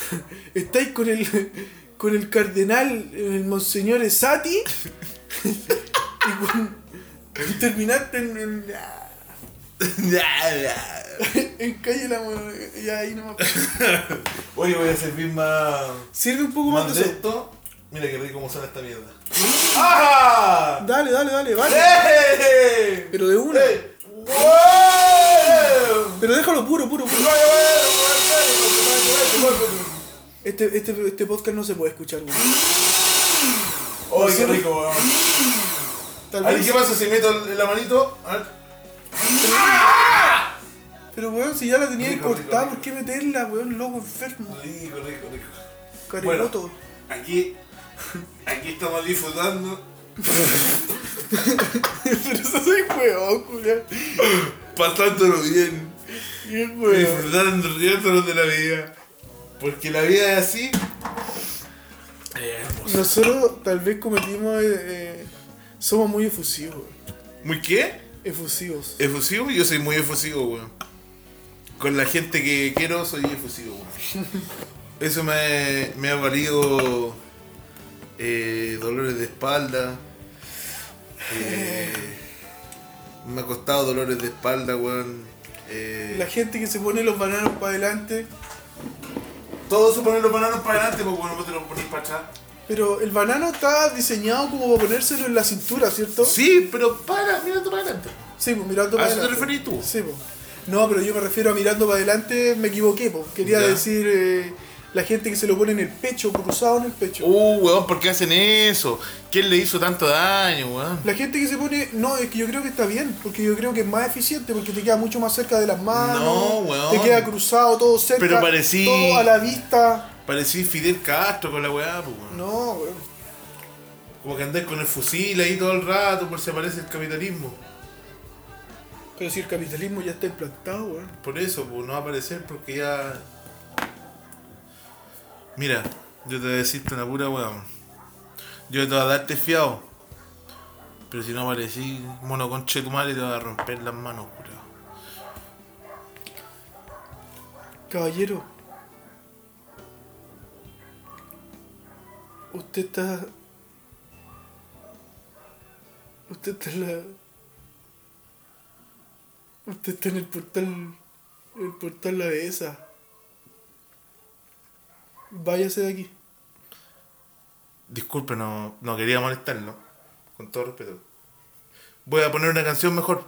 S2: Estáis con el con el cardenal, el monseñor Esati. y, con- y terminaste en, en, en calle la Mo- y ahí nomás.
S1: Oye, voy a servir más.
S2: Sirve un poco más
S1: más
S2: de
S1: de
S2: eso.
S1: esto. Mira qué rico cómo suena esta mierda. ¡Ah!
S2: Dale, dale, dale, vale.
S1: ¡Eh!
S2: Pero de una.
S1: ¡Eh! ¡Wow!
S2: Pero déjalo puro, puro, puro. Este, este, este podcast no se puede escuchar, weón.
S1: ¡Oh, qué rico, weón!
S2: Tal
S1: Ahí,
S2: vez.
S1: ¿Qué pasa si meto la manito? A ver.
S2: Pero weón, si ya la tenía
S1: Rico,
S2: cortada,
S1: rico,
S2: ¿por qué meterla, weón? Loco enfermo.
S1: Rico, rico, rico.
S2: Caremoto.
S1: Aquí. Aquí estamos disfrutando.
S2: Pero eso soy weón, culiao.
S1: Pasándolo bien.
S2: Qué weón.
S1: Disfrutando, riéndonos de la vida. Porque la vida es así.
S2: Nosotros tal vez cometimos. eh, eh, somos muy efusivos. weón.
S1: ¿Muy qué?
S2: Efusivos.
S1: ¿Efusivo? Yo soy muy efusivo, weón. Con la gente que quiero soy efusivo, weón. Eso me, me ha valido eh, dolores de espalda. eh, me ha costado dolores de espalda, weón. eh,
S2: La gente que se pone los bananos para adelante.
S1: Todo eso poner los bananos para adelante, pues bueno, vos te los ponés para atrás.
S2: Pero el banano está diseñado como para ponérselo en la cintura, ¿cierto?
S1: Sí, pero para, mírate para adelante.
S2: Sí, pues mirando
S1: ¿A
S2: para
S1: eso te
S2: adelante.
S1: referís tú?
S2: Sí, pues. No, pero yo me refiero a mirando para adelante, me equivoqué, pues. Quería
S1: Ya.
S2: decir eh, la gente que se lo pone en el pecho, cruzado en el pecho.
S1: Uh, weón, ¿por qué hacen eso? ¿Quién le hizo tanto daño, weón?
S2: La gente que se pone. No, es que yo creo que está bien, porque yo creo que es más eficiente, porque te queda mucho más cerca de las manos.
S1: No, weón.
S2: Te queda cruzado, todo cerca.
S1: Pero parecí-
S2: Todo a la vista.
S1: Parecí Fidel Castro con la weá, pues weón.
S2: No, weón.
S1: Como que andás con el fusil ahí todo el rato por si aparece el capitalismo.
S2: Pero si el capitalismo ya está implantado, weón.
S1: Por eso, pues no va a aparecer porque ya. Mira, yo te voy a decirte una pura weón. Yo te voy a darte fiado. Pero si no aparecí, mono conche tu madre te va a romper las manos, curado.
S2: Caballero. Usted está. Usted está en la. Usted está en el portal. El portal la dehesa. Váyase de aquí.
S1: Disculpe, no, no quería molestarlo. Con todo respeto. Voy a poner una canción mejor.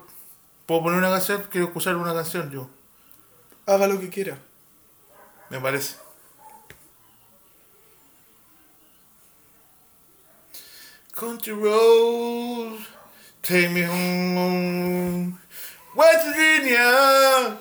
S1: ¿Puedo poner una canción? Quiero escuchar una canción yo.
S2: Haga lo que quiera.
S1: Me parece. Country road, take me home. West Virginia.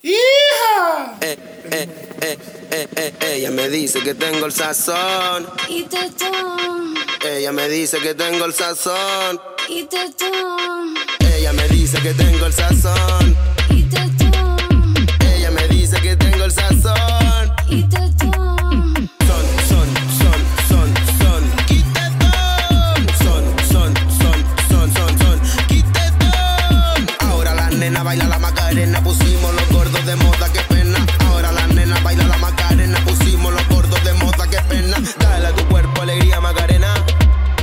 S1: Yeah.
S6: Eh, eh, eh, eh, eh, ella me dice que tengo el sazón.
S7: Y te tom,
S6: Ella me dice que tengo el sazón.
S7: y te tom,
S6: Ella me dice que tengo el sazón.
S7: y te tom,
S6: Ella me dice que tengo el sazón.
S7: y te tom.
S6: Son, son, son, son, son. Quítetón. Son, son, son, son, son, son. Quítetón. Ahora la nena baila la macarena, pusimos los gordos de moda, qué pena. Ahora la nena baila la macarena, pusimos los gordos de moda, qué pena. Dale a tu cuerpo alegría, macarena.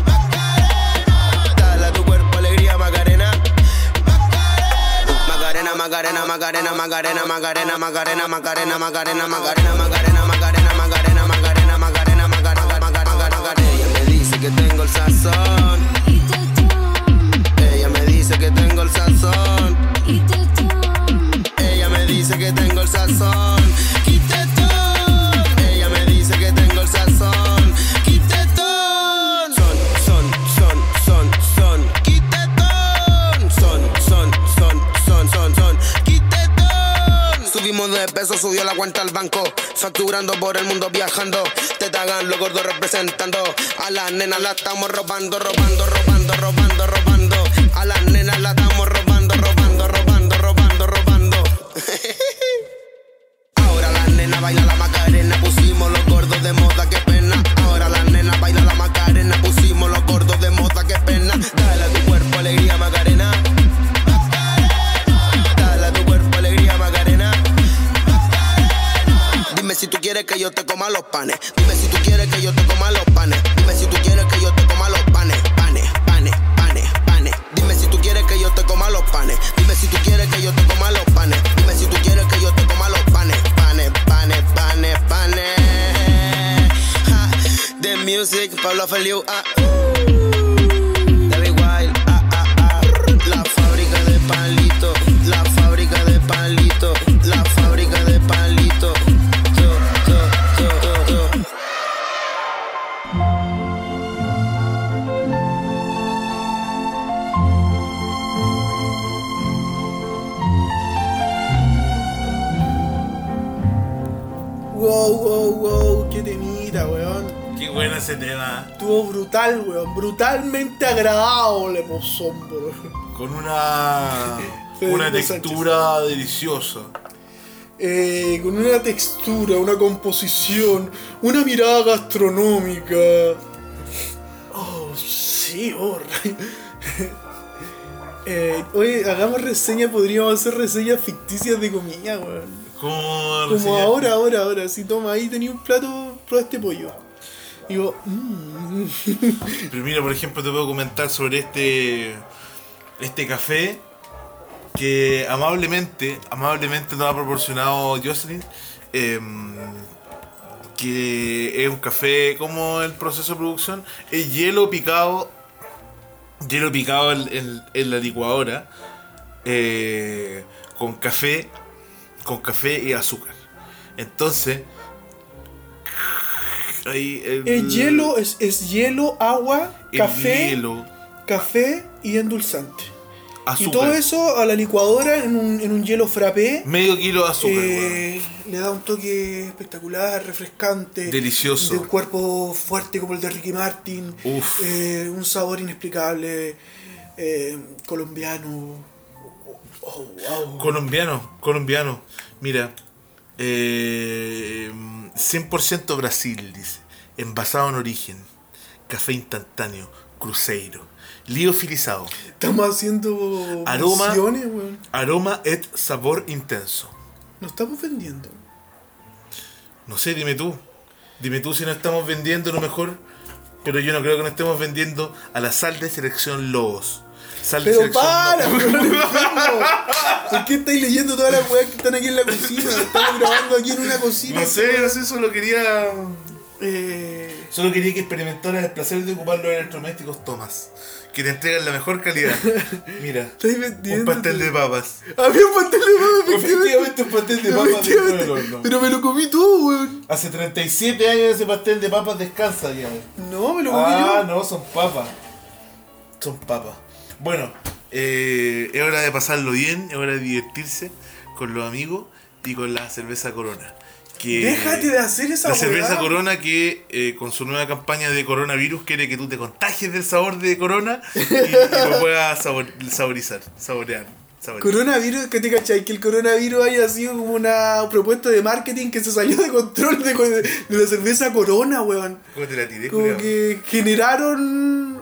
S6: Macarena. Dale a tu cuerpo alegría, macarena. Macarena, Macarena, Macarena, Macarena, Macarena, Macarena, Macarena, Macarena, Macarena, Macarena, Macarena, Macarena, Macarena, Macarena, Macarena, Macarena, Macarena. Ella me dice que tengo el sazón.
S7: Y te tom,
S6: Ella me dice que tengo el sazón.
S7: y te tom,
S6: Ella me dice que tengo el sazón. Quítetón. Ella me dice que tengo el sazón. Quítetón. Son, son, son, son, son. Quítetón. Son, son, son, son, son, son. Quítetón. Subimos de peso, subió la cuenta al banco. Facturando por el mundo viajando. Te tagan los gordos representando. A las nenas la estamos robando, robando, robando, robando, robando. A las nenas la estamos robando, robando, robando, robando, robando. Ahora la nena baila la macarena, pusimos los gordos de moda, qué pena. Ahora la nena baila la macarena, pusimos los gordos de moda, qué pena. Dale Dime si tú quieres que yo te coma los panes. Dime si tú quieres que yo te coma los panes. Panes, panes, panes, panes. Dime si tú quieres que yo te coma los panes. Dime si tú quieres que yo te coma los panes. Dime si tú quieres que yo te coma los panes. Panes, panes, panes, panes. Ja. The music, Pablo Feliu. Ah. David Wild, ah, ah, ah. La fábrica de palito, la fábrica de palito, la fábrica de palito. Yo, yo, yo, yo, yo.
S2: Wow, wow, wow, qué temita, weón.
S1: Qué bueno ese tema.
S2: Estuvo brutal, weón. Brutalmente agradable, pozón, weón.
S1: Con una.
S2: Federico
S1: Una textura deliciosa.
S2: Eh, con una textura, una composición, una mirada gastronómica. Oh, sí, oh. Eh, oye, hagamos reseña, podríamos hacer reseñas ficticias de comida, weón.
S1: Como,
S2: Como
S1: reseña-
S2: ahora, ahora, ahora. Si toma ahí, tenía un plato, prueba este pollo. Y digo, mmm.
S1: Pero mira, por ejemplo, te puedo comentar sobre este. Este café. Que amablemente, amablemente nos ha proporcionado Jocelyn. em, que es un café como el proceso de producción. Es hielo picado. Hielo picado en, en- en la licuadora. eh, con café. Con café y azúcar. Entonces. Ahí el-
S2: Es hielo, es, es hielo, agua,
S1: el
S2: café,
S1: hielo,
S2: café y endulzante.
S1: azúcar.
S2: Y todo eso a la licuadora en un, en un hielo frappé.
S1: Medio kilo de azúcar, weón.
S2: eh, le da un toque espectacular, refrescante.
S1: Delicioso.
S2: De un cuerpo fuerte como el de Ricky Martin.
S1: Uf.
S2: eh, un sabor inexplicable. eh, colombiano. Oh, wow.
S1: Colombiano, colombiano. Mira, eh, 100% Brasil, dice. Envasado en origen. Café instantáneo. Cruzeiro. Liofilizado.
S2: Estamos haciendo
S1: Aroma.
S2: menciones, weón.
S1: Aroma et sabor intenso.
S2: Nos estamos vendiendo.
S1: No sé, dime tú. Dime tú si no estamos vendiendo lo mejor. Pero yo no creo que nos estemos vendiendo a la sal de selección Lobos. Sal de
S2: Pero
S1: selección
S2: para,
S1: Lobos.
S2: weón, enfermo. ¿Por qué estáis leyendo todas las weas que están aquí en la cocina? Estamos grabando aquí en una cocina.
S1: No sé, no sé, solo quería
S2: Eh,
S1: Solo quería que experimentaras el placer de ocupar los electrodomésticos Thomas, que te entregan la mejor calidad. Mira,
S2: estáis
S1: un
S2: vendiendo.
S1: pastel de papas.
S2: Había un pastel de papa,
S1: Efectivamente, un pastel de papas dentro del
S2: Efectivamente.
S1: horno.
S2: Pero me lo comí todo, weón.
S1: Hace 37 años ese pastel de papas descansa, digamos.
S2: No, me lo comí
S1: Ah,
S2: yo.
S1: no, son papas. Son papas. Bueno, eh, es hora de pasarlo bien, es hora de divertirse con los amigos y con la cerveza Corona. Que
S2: Déjate de hacer esa
S1: La cerveza
S2: weá.
S1: Corona que eh, con su nueva campaña de coronavirus quiere que tú te contagies del sabor de Corona y, y lo puedas sabor- saborizar, saborear. saborear.
S2: Coronavirus, que te cachai, que el coronavirus haya sido como una propuesta de marketing que se salió de control de, de la cerveza Corona, weón.
S1: ¿Cómo te la tiré,
S2: Como
S1: culiao?
S2: que generaron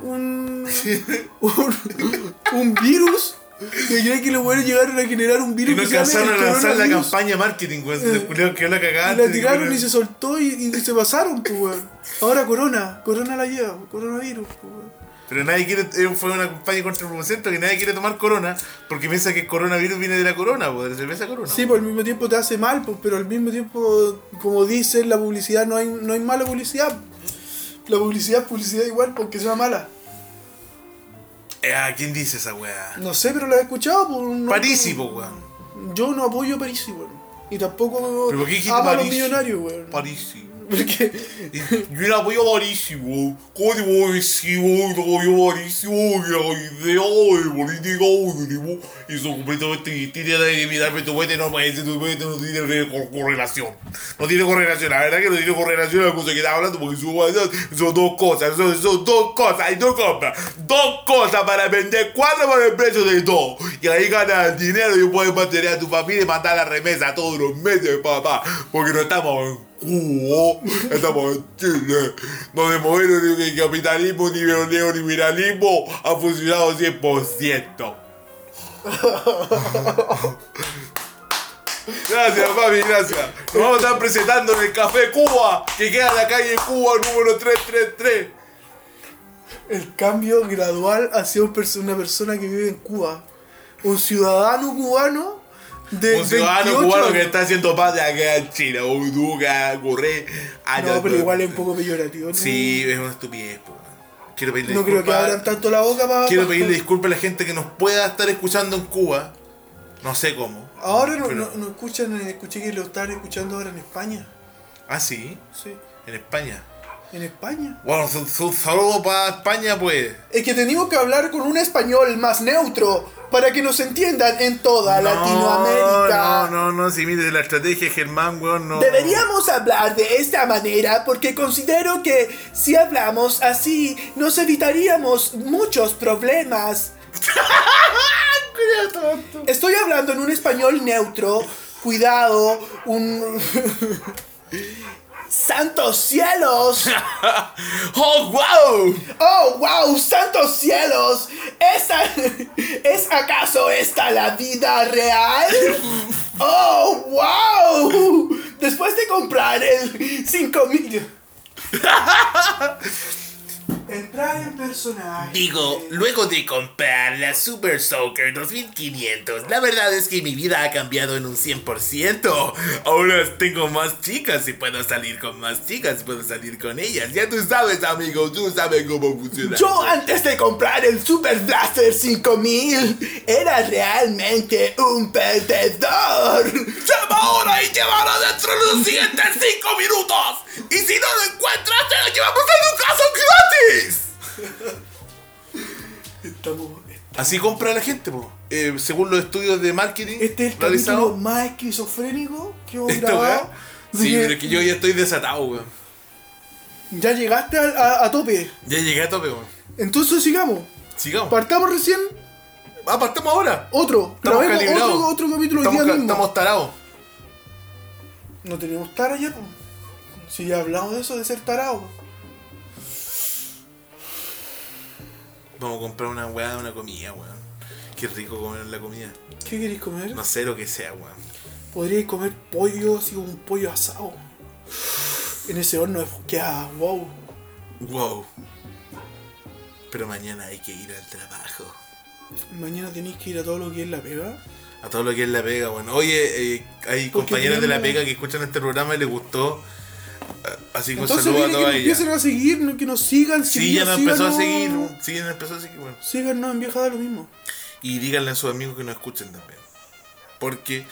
S2: un, un, un virus. Que creo que los buenos llegaron a generar un
S1: Y
S2: virus.
S1: no
S2: que se llama
S1: alcanzaron a
S2: el
S1: lanzar la
S2: coronavirus.
S1: campaña marketing, güey. Los culiados que la
S2: Y
S1: cagaste.
S2: la tiraron y se soltó y, y se pasaron, pues, weón. Ahora Corona, Corona la lleva, coronavirus, pues, weón.
S1: Pero nadie quiere, eh, fue una campaña contra el que nadie quiere tomar corona porque piensa que el coronavirus viene de la corona, po, de la cerveza corona.
S2: Sí, por al mismo tiempo te hace mal, pues, pero al mismo tiempo, como dicen, la publicidad no hay, no hay mala publicidad. La publicidad es publicidad igual, porque sea mala.
S1: Eh, ah, ¿quién dice esa weá?
S2: No sé, pero la he escuchado. Pues, no-
S1: Parisi, po, weón.
S2: Yo no apoyo a París, weón. Y tampoco
S1: ¿Pero por qué dijiste
S2: amo a los
S1: París?
S2: millonarios, weón.
S1: Parisi.
S2: Porque
S1: Yo la voy a Parisi, weón. ¿Cómo te voy a decir, weón? Te voy a Parisi, weón. que La idea de política, weón, que tipo, eso completamente distinta a la de imitarme tu weón. No parece tu weón, no tiene re- cor- correlación. No tiene correlación, la verdad que no tiene correlación a la cosa que estás hablando porque su weón, son- son dos cosas, son, son dos cosas, hay dos compras. Dos cosas para vender cuatro por el precio de dos. Y ahí ganas dinero y puedes mantener a tu familia y mandar la remesa todos los meses, papá. Porque no estamos en Cuba, estamos en Chile, eh. donde modelo ni el capitalismo ni el neoliberalismo ha funcionado 100%. Gracias, papi, gracias. Nos vamos a estar presentando en el Café Cuba, que queda en la calle Cuba número 333.
S2: El cambio gradual hacia un perso- una persona que vive en Cuba. Un ciudadano cubano de
S1: Un ciudadano
S2: 28
S1: cubano
S2: años.
S1: que está haciendo paz de acá en China, Uruguay, Correa.
S2: No, pero igual es un poco peyorativo. ¿no?
S1: Ah, Sí, es una estupidez, po. Quiero pedirle
S2: No creo que
S1: disculpas.
S2: abran tanto la boca para.
S1: Quiero pedirle disculpas a la gente que nos pueda estar escuchando en Cuba. No sé cómo.
S2: Ahora no, no,
S1: Pero-
S2: no escuchan, eh, escuché que lo están escuchando ahora en España.
S1: Ah, sí,
S2: Sí,
S1: en España.
S2: en España.
S1: Bueno, un, un saludo para España, pues.
S2: Es que tenemos que hablar con un español más neutro para que nos entiendan en toda Latinoamérica.
S1: No, no, no, si mire la estrategia, Germán, weón, no.
S2: Deberíamos hablar de esta manera porque considero que si hablamos así nos evitaríamos muchos problemas. Estoy hablando en un español neutro. Cuidado, un... ¡Santos cielos!
S1: ¡Oh, wow!
S2: ¡Oh, wow! ¡Santos cielos! ¿Esa, ¿Es acaso esta la vida real? ¡Oh, wow! Después de comprar el 5000. Entrar en personaje.
S3: Digo, luego de comprar la Super Soaker 2500, la verdad es que mi vida ha cambiado en un 100%. Ahora tengo más chicas y puedo salir con más chicas, puedo salir con ellas. Ya tú sabes, amigo, tú sabes cómo funciona.
S2: Yo antes de comprar el Super Blaster 5000 era realmente un perdedor.
S3: ¡Llama ahora y llévalo dentro de los siguientes 5 minutos! Y si no lo encuentras, te lo llevamos a tu casa gratis!
S2: Estamos-
S1: Así compra la gente, po. Eh, según los estudios de marketing
S2: Este es el capítulo
S1: realizados.
S2: más esquizofrénico que hemos
S1: Esta
S2: grabado.
S1: weá. Este Sí,
S2: Dije,
S1: pero es que yo ya estoy desatado, weón.
S2: Ya llegaste al- a, a tope.
S1: Ya llegué a tope, weón.
S2: Entonces sigamos.
S1: Sigamos.
S2: Partamos recién
S1: ah, partamos ahora.
S2: otro.
S1: Estamos
S2: Grabemos
S1: calibrados.
S2: otro, otro capítulo hoy
S1: Estamos,
S2: día
S1: ca-
S2: mismo.
S1: estamos tarados.
S2: No tenemos tara ya, po. Si ya hablamos de eso, de ser tarado.
S1: Vamos a comprar una weá de una comida, weón. Qué rico comer la comida.
S2: ¿Qué queréis comer?
S1: No sé lo que sea, weón.
S2: Podríais comer pollo, así como un pollo asado. En ese horno queda wow.
S1: Wow. Pero mañana hay que ir al trabajo.
S2: Mañana tenéis que ir a todo lo que es la pega.
S1: A todo lo que es la pega, weón. Oye, eh, hay
S2: Porque
S1: compañeras de la
S2: tenemos-
S1: pega que escuchan este programa y les gustó. Ah, Así que un
S2: Entonces viene que
S1: saludo a
S2: nos
S1: todas ellas.
S2: empiecen a seguir, no- que nos sigan.
S1: Sí, ya
S2: seguido,
S1: me empezó a
S2: síganos.
S1: seguir. Sí, ya me empezó a seguir, weón.
S2: Síganos en vieja da lo mismo.
S1: Y díganle a sus amigos que nos escuchen también. Porque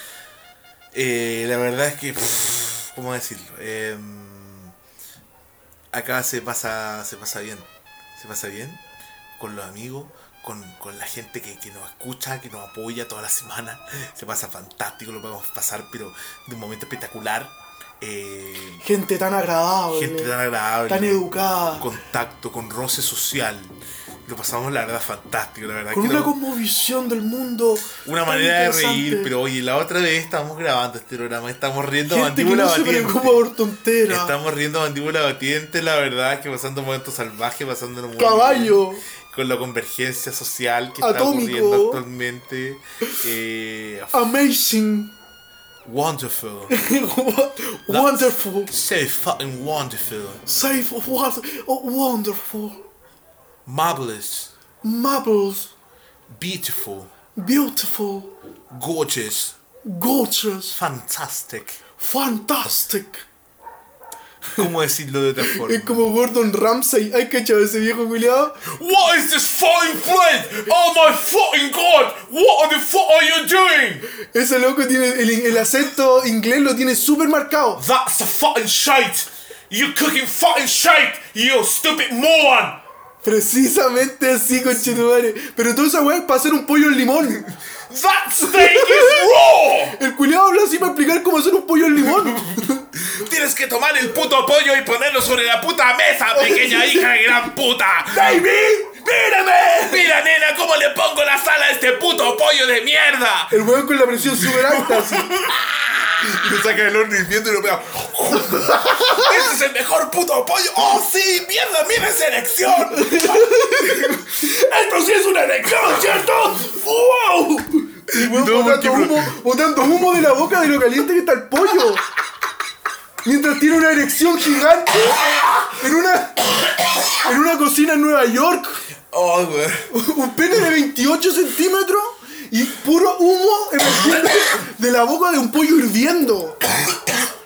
S1: eh, la verdad es que, pff, ¿cómo decirlo? Eh, acá se pasa, se pasa bien. Se pasa bien con los amigos, con, con la gente que, que nos escucha, que nos apoya toda la semana. Se pasa fantástico, lo podemos pasar, pero de un momento espectacular. Eh,
S2: Gente tan agradable.
S1: gente tan agradable.
S2: tan educada.
S1: Contacto, con roce social. Lo pasamos la verdad fantástico, la verdad.
S2: Con
S1: que
S2: una
S1: lo-
S2: cosmovisión del mundo.
S1: una
S2: tan
S1: manera de
S2: interesante.
S1: reír, pero oye, la otra vez estamos grabando este programa, estamos riendo
S2: Gente que
S1: mandíbula
S2: no se preocupa
S1: batiente.
S2: por tonteras.
S1: Estamos riendo mandíbula batiente, la verdad, que pasando momentos salvajes, pasando en un
S2: Caballo.
S1: Con la convergencia social que
S2: Atómico.
S1: está ocurriendo actualmente. Eh,
S2: Amazing.
S1: wonderful.
S2: wonderful.
S1: So fucking wonderful.
S2: Safe of what? Oh, wonderful.
S1: Marvelous.
S2: Marbles.
S1: Beautiful.
S2: Beautiful.
S1: Gorgeous.
S2: Gorgeous.
S1: Fantastic.
S2: Fantastic.
S1: ¿Cómo decirlo de otra
S2: Es
S1: forma?
S2: como Gordon Ramsay. Ay, cachado ese viejo culiado.
S3: What is this fucking place? Oh my fucking god! What the fuck are you doing?
S2: Ese loco tiene el, el acento inglés, lo tiene súper marcado.
S3: That's a fucking shite! You cooking fucking shite! You stupid moron!
S2: Precisamente así, conchetumare. Pero toda esa weá es para hacer un pollo en limón.
S3: That steak is raw!
S2: El culiado habla así para explicar cómo hacer un pollo en limón.
S3: Tienes que tomar el puto pollo y ponerlo sobre la puta mesa, pequeña hija de gran puta.
S2: ¡David! ¡Mírame!
S3: Mira, nena, cómo le pongo la sala a este puto pollo de mierda.
S2: El weón con la presión súper alta. así.
S1: Lo saca del horno hirviendo y lo pega.
S3: Ese es el mejor puto pollo. ¡Oh, sí! ¡Mierda, mira esa erección! ¡Esto sí es una erección, ¿cierto? ¡Wow!
S2: Y weón,
S1: No,
S2: botando,
S1: porque-
S2: humo, botando humo de la boca de lo caliente que está el pollo. Mientras tiene una erección gigante en una, en una cocina en Nueva York.
S1: Oh, weón.
S2: Un pene de 28 centímetros y puro humo emergiendo de la boca de un pollo hirviendo.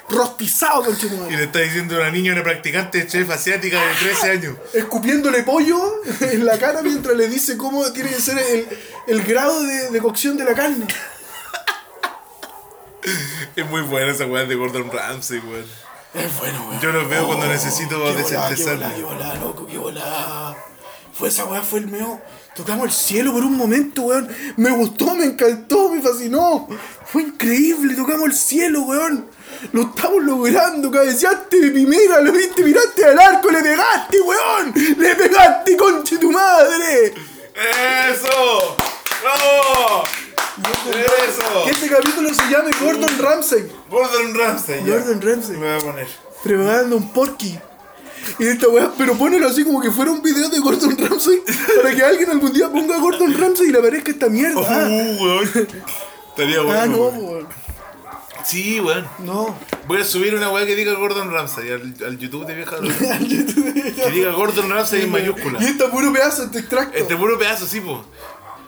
S2: Rostizado,
S1: Y
S2: conchetumare.
S1: le está diciendo a una niña, una practicante chef asiática de 13 años.
S2: Escupiéndole pollo en la cara mientras le dice cómo tiene que ser el, el grado de, de cocción de la carne.
S1: Es muy buena esa weá de Gordon Ramsay, weón.
S2: Es bueno, weón.
S1: Yo los veo cuando necesito
S2: qué volá,
S1: desestresarme.
S2: Qué volá, qué volá, loco, qué volá. Fue esa weá, fue el meo. Tocamos el cielo por un momento, weón. Me gustó, me encantó, me fascinó. Fue increíble, tocamos el cielo, weón. Lo estamos logrando, cabeceaste de primera, lo viste, miraste al arco, le pegaste, weón. Le pegaste, conche tu madre.
S1: ¡Eso! ¡Bravo! ¡Eso!
S2: Que este capítulo se llame Gordon Ramsay.
S1: Gordon Ramsay. ya.
S2: Gordon Ramsay.
S1: Me voy a poner.
S2: preparando un porky. Y esta weá, pero ponelo así como que fuera un video de Gordon Ramsay para que alguien algún día ponga a Gordon Ramsay y le aparezca esta mierda.
S1: Uh,
S2: Ah,
S1: weón. Estaría bueno.
S2: ah, no,
S1: weón.
S2: weón.
S1: Sí, weón.
S2: No.
S1: Voy a subir una weá que diga Gordon Ramsay al, al YouTube de vieja. que diga Gordon Ramsay en mayúscula.
S2: Y esta puro pedazo, este extracto.
S1: Este puro pedazo, sí, po.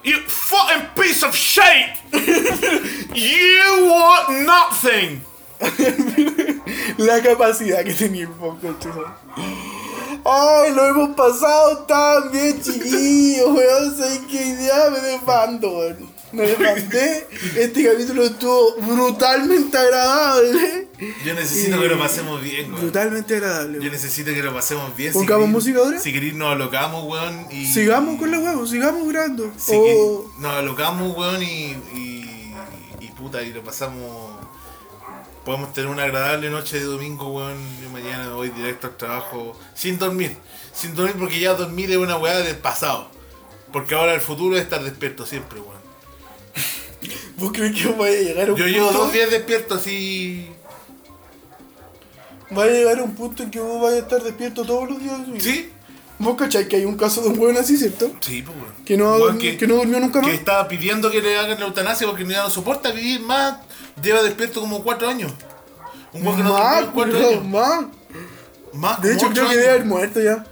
S1: You fucking piece of shit! you want nothing!
S2: La capacidad que tenía el poco, chico. Ay, lo hemos pasado tan bien, chiquillos, weón. Sé que ya me desbando, weón. Me desbandé. Este capítulo estuvo brutalmente agradable.
S1: Yo necesito
S2: Y-
S1: que lo pasemos bien, weón.
S2: Brutalmente agradable.
S1: Yo necesito que lo pasemos bien.
S2: ¿Pongamos
S1: queréis-
S2: música ahora?
S1: Si queréis nos alocamos, weón. Y,
S2: Sigamos con la huevos, sigamos grabando. Oh,
S1: Si
S2: O-
S1: que- nos alocamos, weón, y, y, y puta, y lo pasamos... Podemos tener una agradable noche de domingo, weón. Yo mañana me voy directo al trabajo sin dormir. Sin dormir porque ya dormir es una weá del pasado. Porque ahora el futuro es estar despierto siempre, weón.
S2: ¿Vos crees que vaya a llegar a un
S1: Yo
S2: punto?
S1: llevo dos días despierto así.
S2: Vaya a llegar a un punto en que vos vayas a estar despierto todos los días. de tu vida?
S1: ¿Sí?
S2: Vos cachai que hay un caso de un hueón así, ¿cierto?
S1: Sí, pues, weón.
S2: Que no,
S1: Weón,
S2: que no durmió nunca más.
S1: que estaba pidiendo que le hagan la eutanasia porque ya no soporta vivir más. Lleva despierto como cuatro años. Un weón que no
S2: Más,
S1: durmió en cuatro
S2: culiao,
S1: años.
S2: más.
S1: Más,
S2: De
S1: como
S2: hecho, creo
S1: ocho
S2: que
S1: años.
S2: debe haber muerto ya.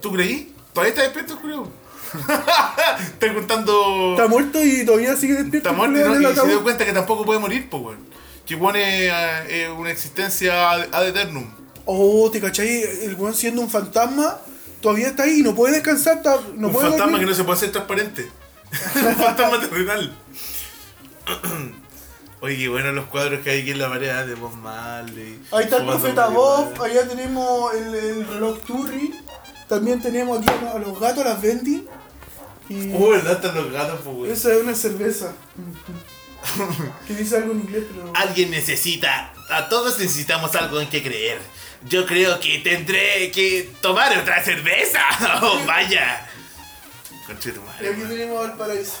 S1: ¿Tú creí? ¿Todavía está despierto, Julio? Estoy contando.
S2: Está muerto y todavía sigue despierto.
S1: Está muerto
S2: culiao,
S1: ¿no?
S2: en el
S1: y se dio
S2: ataúd.
S1: cuenta que tampoco puede morir, pues, weón. Que pone eh, eh, una existencia ad ad eternum.
S2: Oh, te cachai, el hueón siendo un fantasma, todavía está ahí y no puede descansar. está- no
S1: un
S2: puede
S1: fantasma
S2: dormir.
S1: que no se puede hacer transparente. un fantasma terrenal. Oye, bueno, los cuadros que hay aquí en la pared ah, de Bob Marley.
S2: Ahí está el
S1: fumando
S2: profeta
S1: marihuana.
S2: Bob, allá tenemos el, el reloj Turri, también tenemos aquí a los gatos, las Bendy. Y
S1: Uh, ¿verdad? Están los gatos, pues, weón.
S2: esa es una cerveza. que dice algo en inglés, pero.
S3: Alguien necesita, a todos necesitamos algo en que creer. Yo creo que tendré que tomar otra cerveza. Oh, vaya.
S1: Conche tu
S2: Y
S1: madre,
S2: aquí
S1: weón.
S2: tenemos Valparaíso.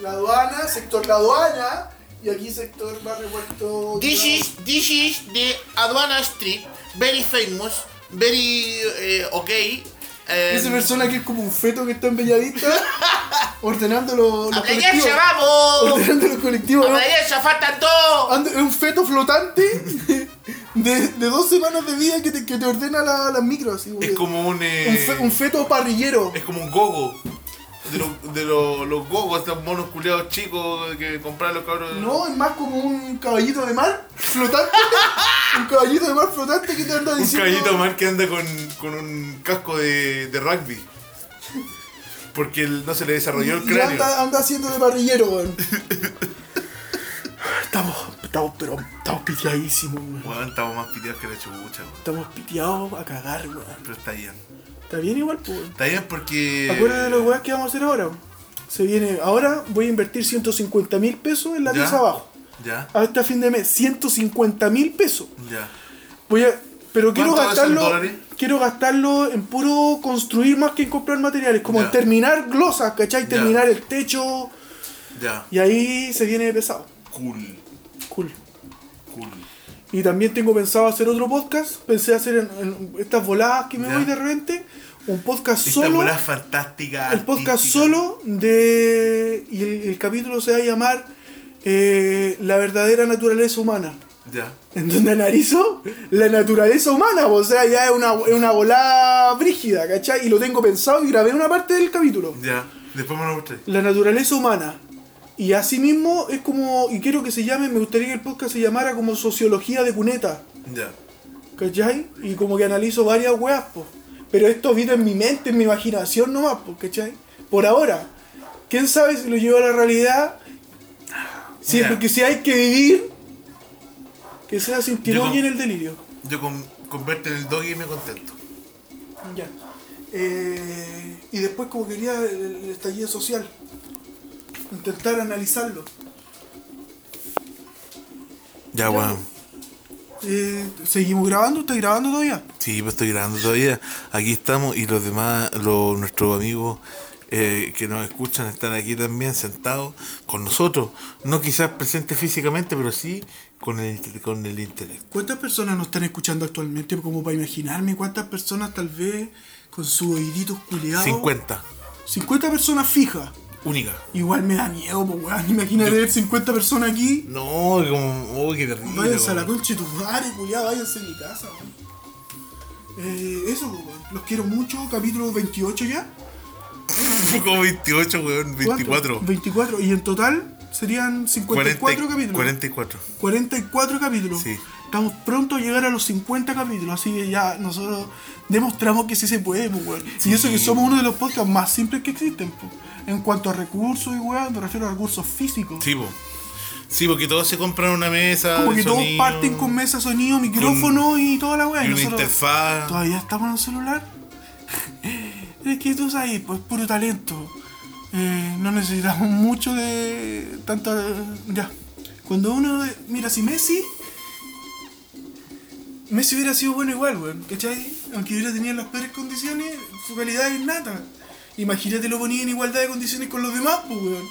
S2: La aduana, sector la aduana, y aquí sector barrio puerto.
S3: This is, this is the Aduana Street. Very famous. Very eh, okay. Eh,
S2: Esa persona que es como un feto que está en Bellavista ordenando los, los
S3: ¡A Playacha
S2: colectivos.
S3: vamos!
S2: Ordenando los colectivos,
S3: ¡A
S2: ¿no?
S3: Playacha faltan dos!
S2: Ande- es un feto flotante de, de dos semanas de vida que te, que te ordena la- las micros. así,
S1: Es
S2: güey.
S1: como un. eh,
S2: un, fe- un feto parrillero.
S1: Es como un gogo. De, los- de los- los gogos, estos monos culiados chicos que compran los cabros.
S2: No, es más como un caballito de mar flotante. un caballito de mar flotante que te anda
S1: Un
S2: diciendo.
S1: caballito mal que anda con, con un casco de, de rugby. Porque él no se le desarrolló el
S2: Y
S1: cráneo.
S2: anda, anda haciendo de parrillero, weón. estamos, estamos, pero estamos piteadísimos, weón.
S1: Weón, estamos más piteados que la chubucha, weón.
S2: Estamos piteados a cagar, weón.
S1: Pero está bien.
S2: Está bien igual, pues, weón.
S1: Está bien porque.
S2: Acuérdate de los weas que vamos a hacer ahora. Se viene, ahora voy a invertir 150 mil pesos en la
S1: Ya.
S2: pieza abajo.
S1: Ya,
S2: Hasta fin de mes, 150 mil pesos.
S1: ya.
S2: Voy a. Pero quiero
S1: ¿Cuánto es en
S2: gastarlo.
S1: dólares?
S2: Quiero gastarlo en puro construir más que en comprar materiales. Como
S1: Ya.
S2: en terminar glosas, ¿cachai?
S1: Ya.
S2: Terminar el techo.
S1: Ya.
S2: Y ahí se viene pesado.
S1: Cool.
S2: Cool.
S1: Cool.
S2: Y también tengo pensado hacer otro podcast. Pensé hacer en, en estas voladas que me
S1: Ya.
S2: voy de repente. Un podcast
S1: Esta
S2: solo.
S1: bola fantástica.
S2: El podcast
S1: artística.
S2: solo de. Y el, el capítulo se va a llamar eh, La verdadera naturaleza humana.
S1: Ya.
S2: En donde analizo la naturaleza humana, o sea, ya es una, es una volada brígida, ¿cachai? Y lo tengo pensado y grabé una parte del capítulo.
S1: Ya, después me lo mostré.
S2: La naturaleza humana. Y asimismo es como, y quiero que se llame, me gustaría que el podcast se llamara como Sociología de Cuneta,
S1: Ya.
S2: ¿cachai? Y como que analizo varias weas, po. Pero esto viene en mi mente, en mi imaginación nomás, po, ¿cachai? Por ahora. ¿Quién sabe si lo llevo a la realidad? Si es
S1: Ya.
S2: porque si hay que vivir, que sea sin tirón
S1: Yo-
S2: y en el delirio.
S1: Yo con, convierto en el doggy y me contento.
S2: Ya. Eh, y después como quería el, el estallido social. Intentar analizarlo.
S1: Ya, weón.
S2: Eh, ¿Seguimos grabando? ¿Estás grabando todavía?
S1: Sí, pues estoy grabando todavía. Aquí estamos y los demás, los, nuestros amigos eh, que nos escuchan están aquí también sentados con nosotros. No quizás presentes físicamente, pero sí con el, con el intelecto.
S2: ¿Cuántas personas nos están escuchando actualmente? Como para imaginarme, ¿cuántas personas tal vez con sus oíditos culeados?
S1: 50.
S2: 50 personas fijas.
S1: Única.
S2: Igual me da miedo, pues weón. Imagínate ver 50 personas aquí.
S1: No, como, oh, qué terrible.
S2: Váyanse a la
S1: weón.
S2: concha de tu madre, culiado, váyanse a mi casa, weón. Eh, eso, pues, weón. Los quiero mucho, capítulo 28 ya.
S1: Como 28, weón,
S2: ¿Cuánto?
S1: 24.
S2: 24. Y en total serían 54 capítulos.
S1: 44.
S2: 44 capítulos.
S1: Sí.
S2: Estamos pronto a llegar a los 50 capítulos, así que ya nosotros demostramos que sí se puede, pues, weón. Y eso que somos uno de los podcasts más simples que existen, pues. En cuanto a recursos y weón, me refiero a recursos físicos.
S1: Sí, po. Sí, porque todos se compran una mesa.
S2: Como
S1: de
S2: que todos
S1: sonido,
S2: parten con mesa, sonido, micrófono y toda la weá.
S1: y
S2: Y
S1: una
S2: nosotros
S1: interfaz.
S2: Todavía estamos en el celular. es que tú sabes, pues puro talento. Eh, no necesitamos mucho de tanto. Ya. Cuando uno. Mira, si Messi. Messi hubiera sido bueno igual, weón. ¿Cachai? Aunque hubiera tenido las peores condiciones, su calidad es nata. Imagínate lo ponía en igualdad de condiciones con los demás, pues, weón.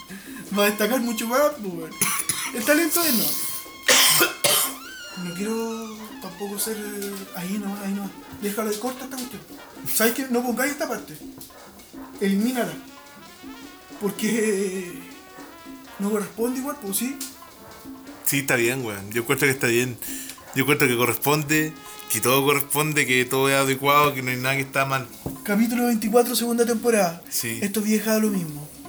S2: Va a destacar mucho más, pues, weón. El talento es no. No quiero tampoco ser. eh, Ahí no, ahí no. Déjalo de corta esta cuestión. ¿Sabes qué? No pongáis esta parte. Elimínala. Porque. eh, No corresponde igual, pues sí.
S1: Sí, está bien, weón. Yo encuentro que está bien. Yo encuentro que corresponde, que todo corresponde, que todo es adecuado, que no hay nada que está mal.
S2: Capítulo 24, segunda temporada.
S1: Sí.
S2: Esto es vieja da lo mismo.